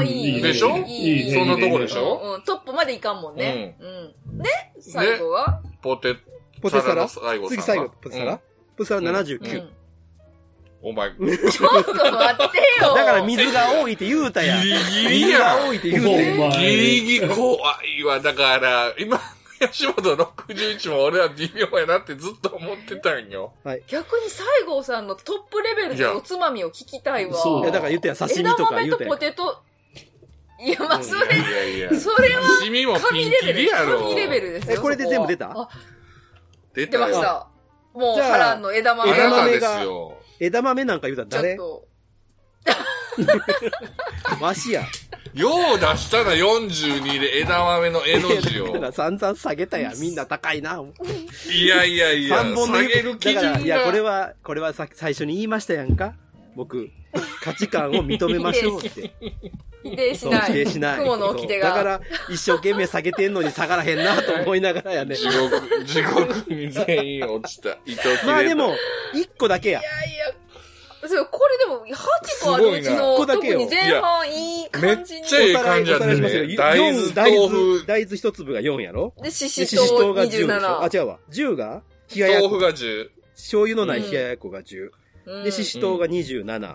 う
ー、
ん
いいね。
でしょ
いいね
そんなとこでしょ
うんうん、トップまでいかんもんね。うん。で、最後は
ポテ、
ポテサ
の
ラ
最後さ
次
んは
最後、ポテサ
う
ラ
ん
ポテサラ
う
79。
ん。
お前、
ちょっと待ってよ。
だから水が多いって言うたやん。
ギリギリ
水
や
が
ん
多いって
お
言うたやん。
ギ
前
リ。ギリ怖いわ。だから、今、吉本61も俺は微妙やなってずっと思ってたんよ。
逆に西郷さんのトップレベル
いや
のおつまみを聞きたいわ。
そう
いやだから言うたやん、刺身
枝
とか
豆
言う
と
たや
ポ
ん。
テトいや、まあ、そ
い
れ、
やいやいや。
それは、
シミもピ
神
ン
レ
キ
ベ
リ
ル。
やろ。
神レベルです
え、
よ。
これで
そ
全
は
部出た
あ
出
出
た
まし
よ。
た。もう、
じゃあ
波乱の枝
あ
豆
な
枝
が
た
豆
で
が
すよ。
枝豆なんか言うたら
ちょっ
誰
と、
わしやん。
よう出したな、42で枝豆の絵の字
だか
を
ら。散々下げたやん。みんな高いな。
いやいやいや、
三本の
下
指
げる基準
だから
が。
いや、これは、これはさ最初に言いましたやんか。僕、価値観を認めましょう って。
否定し
そう、
な
否
い。
定しない。
雲の掟
そうだか
が。
ら、一生懸命下げてんのに下がらへんなと思いながらやね。
地獄、地獄に全員落ちた。糸切れた
まあでも、一個だけや
い。やいや、そう、これでも、8個あるうち
すご
の、
いな
特に前半いい
め
感
っ
じに。
ちゃええ感じやった
おさらいし
ね。
ますよ
大
四
豆、
大
豆
豆、
腐、
大豆一粒が4やろ
で、し
でし
し
しと
と
うが10でしょ。あ、
27。
違うわ。10が冷ややっ
豆
こ
腐。が10。
醤油のない冷ややっこが10。
うん
で、ししとうが27。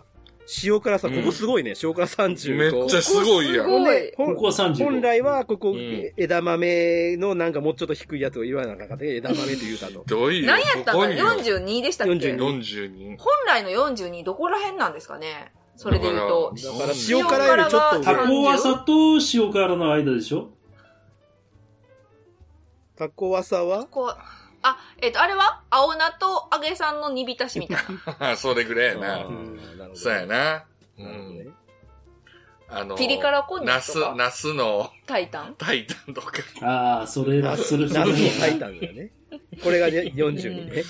塩辛さ、ここすごいね。塩辛
め
30と。
っちゃすごいやん。
すごい。
ほん
ここは35
本来は、ここ、
ん。
枝豆のなんかもうちょっと低いやつを言わなかったね。枝豆って言うたの
どういう
何やった
こ
の
こによ
?42 でしたっけ
42
42。
本来の42どこら辺なんですかねそれで言うと。
だ
だから
塩
塩辛よりちょっと
塩辛
タ
上。
は
コワサと塩辛の間でしょ
タコワサは
こう、あ、えっ、と、あれは青菜と揚げさんの煮浸しみたい な。
それぐらいや
う
な。
んなるほど
そうや。な。う
なるほどね
ん。。あの、
ピリ辛こんにゃ
ナ
く
ス
とか、
ナスの
タイタン。
タイタンと か。
ああ、それら、そ れ、そ
ナス
れ
のタイタンだよね。これがね42ね。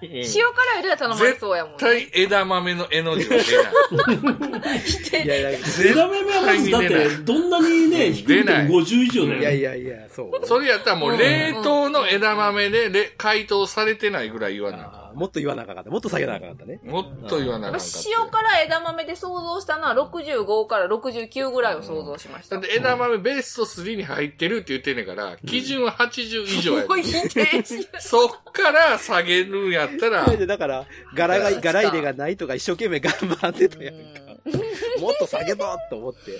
塩
塩辛よりは頼まれそうやもん、
絶対枝豆の絵の字は出ない。
いやい
枝豆はまず、だっ
出
て、どんなにね、低くても50以上だよ。
やいやいやいや、そう。
それやったらもう冷凍の枝豆でれ解凍されてないぐらい言わな
あーもっと言わなあかんかった。もっと下げなあかんかったね。
い。もっと言わなあかんかった。
塩辛枝豆で想像したのは65から69ぐらいを想像しまし
だ
た。
っ
も
て枝豆ベスト3に入ってるって言ってんねんから、基準は80以上や
う
で。
否定し
そっから下げるんやった ら、
で、だから、柄が、柄入れがないとか一生懸命頑張ってたやんか。もっと下げろと思って。い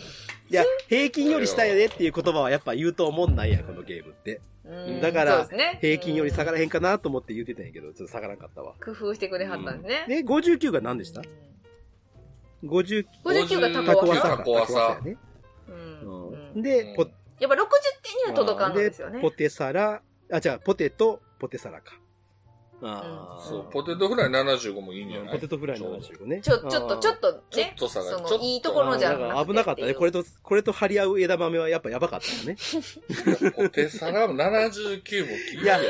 や、平均より下やでっていう言葉はやっぱ言うと思んないやん、このゲームって。
うん
だから
そうですね
平均より
うん
下がらへんかなと思って言うてたんやけど、ちょっと下がらんかったわ。
工夫してくれはったんです
で、
ね。
59が何でした ?59、
59が
タ
タ
コ
コ
ワ
ワ
サ
サ
か。
タコワサ
タやね。
うん
う
うんん
で、ポ
うん
やっぱ60点には届かんのですよね。
ポテサラ、あ、違う、ポテト、ポテサラか。あー
そう、ポテトフライ75もいいんじゃない
ポテトフライ
ちょうど
75ね。
ちょ、ちょっと、ちょっとね、
ちょっと下がるち
そ
ょっ
の、
と
いいところじゃ
あーだか
な
ら
くて
危なかったね。これ
と。
と、これと張り合う枝豆はやっぱやばかったよね。
お手皿も79もい
いや、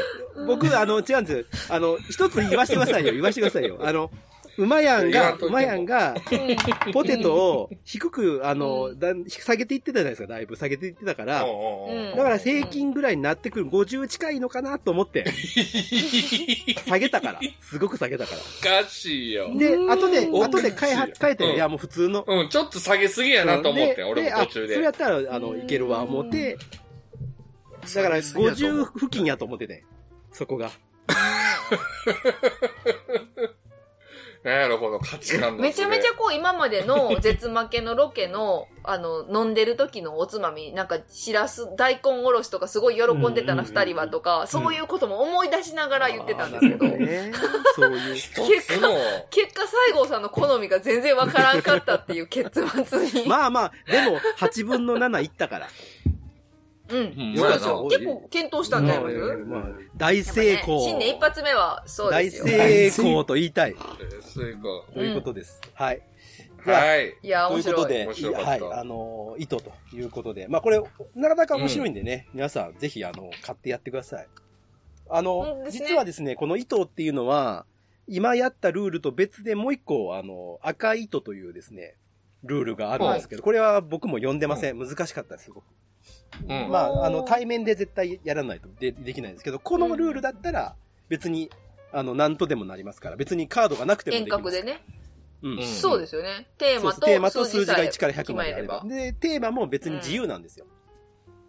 僕、あの、違うんですよ。あの、一つ言わしてくださいよ。言わしてくださいよ。あの、馬やん
言わ
が
ん、といても
馬やんが、ポテトを低く、あの、
う
だん下げていってたじゃないですか。だいぶ下げていってたから。
うん
だから平均ぐらいになってくる50近いのかなと思 って。下げたから。すごく下げたか
おかしいよ
ら。。で、後で、
うん
後で開発変え
う
て、
ん
いやもう普通の。
うん、ちょっと下げすぎやなと思って、
で
俺
で
も途中
あそれ
で
やっ。たら、あの、いけるわ、思って。だから50付近やと思ってね。そこが。
なんやろ、この価値観の。
めちゃめちゃこう、今までの絶負けのロケの、あの、飲んでる時のおつまみ、なんか、しらす、大根おろしとかすごい喜んでたな、
うんうんうん
二人はとか、そういうことも思い出しながら言ってたんですけど
あー、なるほどねそういう。
一つの、
結果、西郷さんの好みが全然わからんかったっていう結末に。
まあまあ、でも、8分の7いったから。
うん。
うん
よ
そう
かった
ですよ。結構検討したんじゃないます
うんまあ大成
やっぱね
功。
新年一発目は、そう
大
ですよ。
成功と言いたい。
そういうか。
ということです。はい。じゃあ
はい。
いや、
とい
面
うこと
白い。
で、
面白かった
はい、あのー、意図ということで、まあこれ、なかなか面白いんでね、皆さんぜひ、あの、買ってやってください。あ
う
の、
んですね
実はですね、この糸っていうのは、今やったルールと別でもう一個、あの、赤い糸というですね、ルールがあるんですけど、これは僕も読んでません。難しかったです、すごく。
うん。
ま
お
あ、
ー
あの、対面で絶対やらないとでできないんですけど、このルールだったら、別に、あの、なんとでもなりますから、別にカードがなくてもで
遠
きます。
隔でね。
うん。
うん
そうですよね。テー
そう
マ
ですテーマ
と
と数字が
さえ
1から100まであれ
決ま
ば。で、テーマも別に自由なんですよ。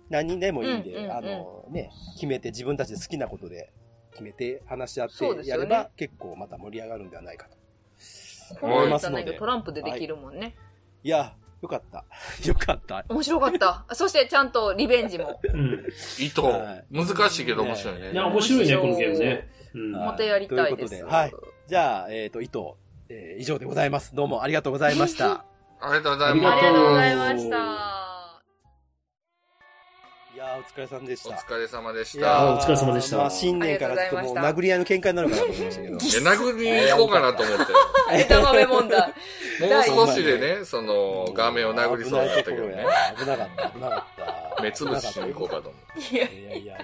何人でもいいんで、
うんうんうん
あの、ね、決めて自分たちで好きなことで決めて話し合っ
そうで
て
す
や
よね
れば、結構また盛り上がるんではないかと。
こ
思
の
い
や
ま
つ
す
は
ので
ないけどトランプでできるもんね。
いや、よかった。 よかった。
面白かった。そしてちゃんとリベンジも。
うん。
糸。難しいけど面白いね。
いや、面白いね、このゲームね。うん。
はい
またやりたいです。
ということではいじゃあ、えっ、と、伊藤、え ー以上でございます。どうもありがとうございました。
ありがとうござい
あ
ます。
りがとうございました。
やーお疲れさんでし
お
た。
疲れ様でし
いや
た。
ーお疲れ様でした
まあ、新年からちょっともう殴り合いの喧嘩になるかなと思いました けど。
え、殴りに行こうかなと思って。
枝豆もんだ。
もう少しでね、その、画面を殴りそうになったけどね。
危ないところや危なかった、危なかった。
目つぶししに行こうかと思って。
いや
いやいやいやいや、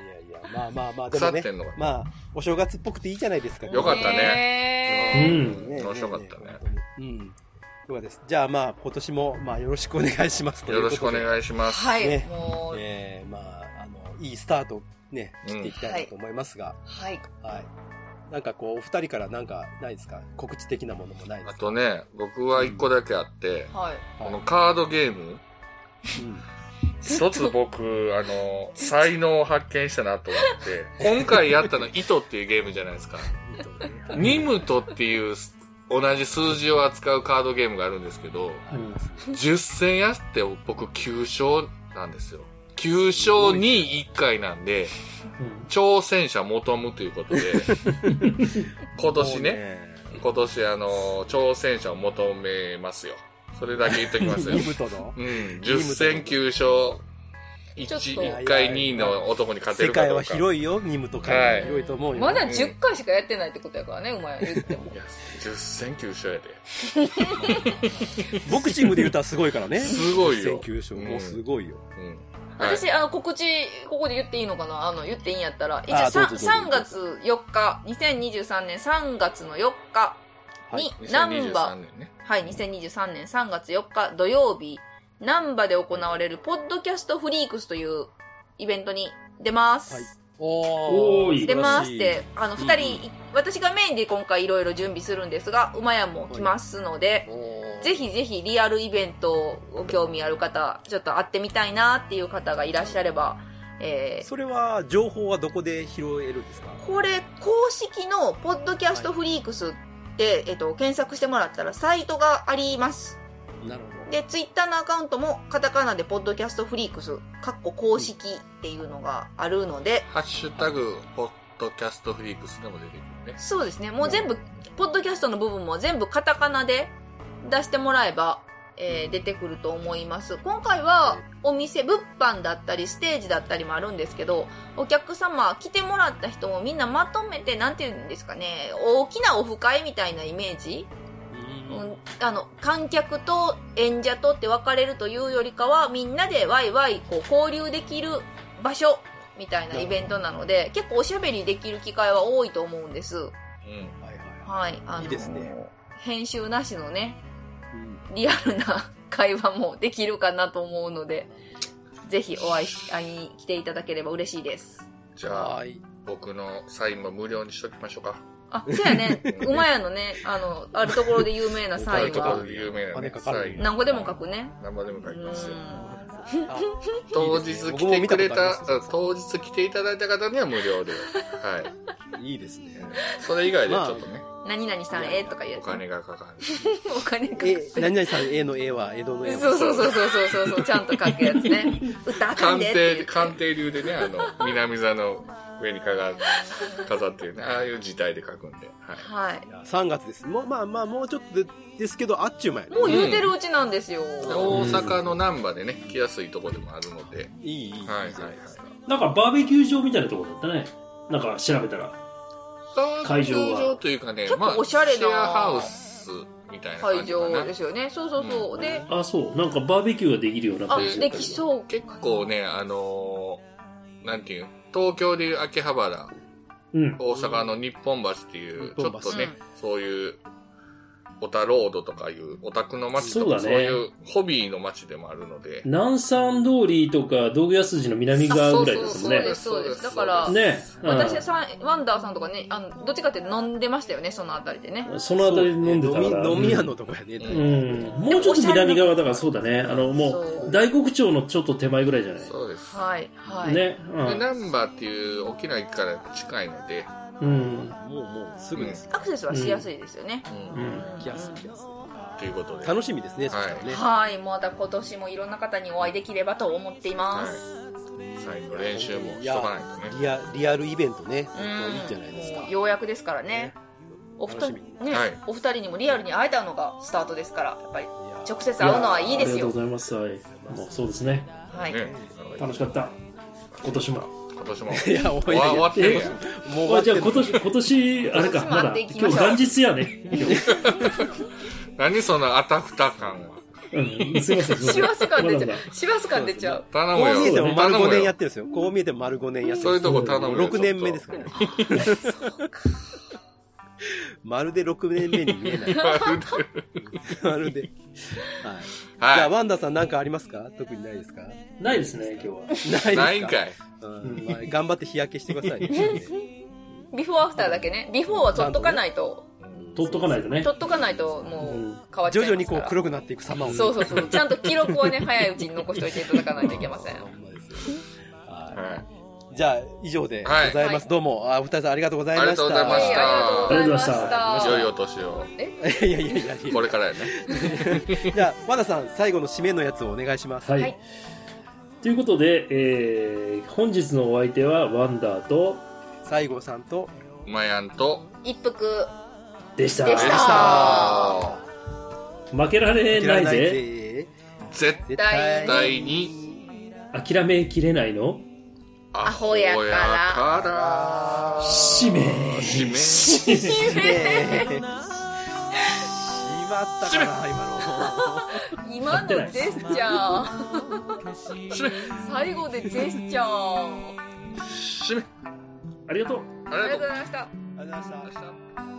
まあまあまあ、 で
腐
も
っ
ね
て、んのかな。
まあ、お正月っぽくていいじゃないですか。
よかった
う
ね。
ん。
面白かったね
本当にうん。よかったです。じゃあまあ、今年も、まあ、よろしくお願いします。
よろしくお
い
願いします。
はい、
ね
もう、
えー、まあ、あの、いいスタート、ね、切っていきたいなと思いますが、
はい。
はい。なんかこう、お二人からなんかないですか告知的なものもないで
あ
すか
とね、僕は一個だけあって、
はい。
このカードゲーム、
うん
一つ 僕、あの、才能を発見したなと思って、今回やったの、糸っていうゲームじゃな いですか。ニムトっていう、同じ数字を扱うカードゲームがあるんですけど、10戦やって僕9勝なんですよ。9勝に1回なんで、挑戦者求むという ことで、今年ね、今年あの、挑戦者を求めますよ。それだけ言っときます
もう
よ
ね。。ニムトの
うん、10戦9勝、
ちょっと
1, 一回2位の男に勝て
世
るか
界
どう
は
か。
広いよ、ニムト界
は
はい広いと思うよ。
まだ10回しかやってないってことやからね、お前言っても。
いや、10戦9勝やで。
ボクシングで言うたらすごいからね。
すごいよ
10戦9勝
うん
もうすごいよ。
うん。はい。
私、あの、告知、ここで言っていいのかなあの、言っていいんやったら。一応
あどうぞどうぞ
3, 月4日、2023年3月の4日に、ナン
2023
バ
年ね。
はい、2023年3月4日土曜日、ナンバで行われる、ポッドキャストフリークスというイベントに出ます。
はい
おーい
出ますっ
素晴ら
て、あの、二人、私がメインで今回いろいろ準備するんですが、馬屋も来ますので、ぜひぜひリアルイベントを興味ある方、ちょっと会ってみたいなっていう方がいらっしゃれば、えー
それは、情報はどこで拾えるんですか
これ、公式のポッドキャストフリークスって、えっと、検索してもらったらサイトがあります。
なる
で、ツイッターのアカウントもカタカナでポッドキャストフリークス、カッコ公式っていうのがあるので、
ハッシュタグ、ポッドキャストフリークスでも出てくるね。
そうですね。もう全部、ポッドキャストの部分も全部カタカナで出してもらえば、えー出てくると思います。今回はお店、物販だったり、ステージだったりもあるんですけど、お客様、来てもらった人もみんなまとめて、なんて言うんですかね、大きなオフ会みたいなイメージ、う
ほど。
ん、あの、観客と演者とって分かれるというよりかは、みんなでワイワイこう交流できる場所みたいなイベントなので、結構おしゃべりできる機会は多いと思うんです。
うん。
はいは
はい、あの
いいですね
編集なしのね、
いうん。
リアルな会話もできるかなと思うので、ぜひお会いし、会いに来ていただければ嬉しいです。
じゃ
は
あ、
ーい。
僕のサインも無料にしときましょうか。
あ、そうやね。馬屋のね、あの、あるところで有名な
あ
サイ
る
ン
ところ
は、
で有名な
金
ね、
かかる
サイン。
何個でも書くね。
何個でも書きますよ。
う
あ
当
いいで
日
すね
来
僕も
て
見
く
た
れ
ことあ
た
りますよ
当日来ていただいた方には無料で。はい。
いいですね。
それ以外でちょっとね、
ーん何々さんえとか
お
言うやつね。
金がかかる。
お金かか
え、何々さん、A の A は江戸の A
そうそうそうそうそうそうそう、ちゃんと書くやつ ね。歌あか
鑑
んでって言
定、
って。
鑑定流でね、あの、南座の上に飾る飾ってるね、ああいう字体で書くんで。はい。
はい。
3月です。もう、まあまあ、もうちょっとでですけど、あっちゅう前。
もう言うてるうちなんですよ。
で大阪の難波でね、来やすいとこでもあるので。
いい、いい。
はいはい
じゃ
は
ないで。すか
なんかバーベキュー場みたいなところだったね。なんか調べたら。会場は
会場というかね
ちょ、っ
まあ、
とおしゃれな
シェアハウスみたいな感
会
じかな
場ですよね。そうそうそう。
うん
で、
あ、そう。なんかバーベキューができるような
あ
感じ、だ
で
った
き
り
そう。
結構ね、あのーなんていう、東京でいう秋葉原、
うん。
大阪の日本橋っていう、
日
ちょ
本
っ
橋
とね、そういう、オタロードとかいう、オタクの街とか、そ,、
そううだね
いうホビーの街でもあるので。
南山通りとか道具屋筋の南側ぐらいですもん
あ
ね
そう。そうですだから
ね。うん
私はさんワンダーさんとかね、あの、どっちかって飲んでましたよね、そのあたりでね。
そのあたりで飲んでたから。
飲み飲み屋のとこやね。
う
うんん。もうちょっと南側だからそうだね。あの、も
そう
う、大黒町のちょっと手前ぐらいじゃない
そうです。
はい、はい。
ね。
で、ナンバーっていう大きな駅から近いので、
うん。うん。
もう、もう、すぐです。
アクセスはしやすいですよね。
うん
う。ん。
来やすい、来やすい。
ということで。
楽しみですね、そ
はい
したらね。
はい、また今年もいろんな方にお会いできればと思っています。
はい。最後の練習もしとかないとね。
リアリアルイベントね、本当
うん
いいじゃないですか
もう。ようやくですからね
ね。
お二人、
楽
ね
し、
はい
お二人にもリアルに会えたのがスタートですから、やっぱり
いや
直接会うのはいいです
ありがとうご。ざ
よ
います。はい。もうそうですね。
はい。
ね、
楽しかった。
今年も。
今年も。
いや、お
終わ終わってるやん。
もう終わ
あ
っ
じ
て
ゃあ
る
今年、今年、あれか、ま
今年も会っ
だ、
ていきましょ
今
う
日元日やね。
何そのアタフタ感は。
うん、すいません。
師走感
まだ
出ち
ま
ゃ
だ
う。 師走感出ちゃう。
頼
こう見え
む
て
よ。
も丸5
頼む
年や
よ
っ。てるんですよ。こう見えても丸5年やってる
そういうとこ頼むよ。
6年目です
か
からね。 まるで6年目に見え ない。 まるで。はい。じゃあ、
は
ワンダさんなんかありますか特にないですかない
ないですね、今日は。
です
い。ないんかい。
うんまあ頑張って日焼けしてくださいね。
ビフォーアフターだけね。ビフォーは取っとかないと、
取っとかないとね。
取っとかないともう変わっち
徐
ゃいますから。
々にこう黒くなっていく様を。
そうそうそう。ちゃんと記録はね、早いうちに残しておいていただかないといけません。
あーほんまですよは
はい
いじゃあ、以上でございます。
はい
どうも、あお二人さんありがとうご ざいました。
ありがとうございま
は
し
い
た
ありがとうございま
あ
した。
い。良いお年を。
た。いやいやいやい
こ
や。
れからやね。
じゃあ、ワンダさん、最後の締めのやつをお願いします。
はい。
はい
ということで、えー本日のお相手はワンダーと
西郷さんと、
まやんと。
一服。
でした。
で
で
し
したた。
負けられない
い
ぜ。
ぜ。
絶
絶
対
対に
諦めきれないの
ア
ホやから
から
使命。
締め
ねえしまったかな、今
今のジェスチャー。最後でジェスチャー。
締め
ありがとう。
あり
あ
が
りがとう
と
ご
う
ざいました。
の。ありがとうございました
ございました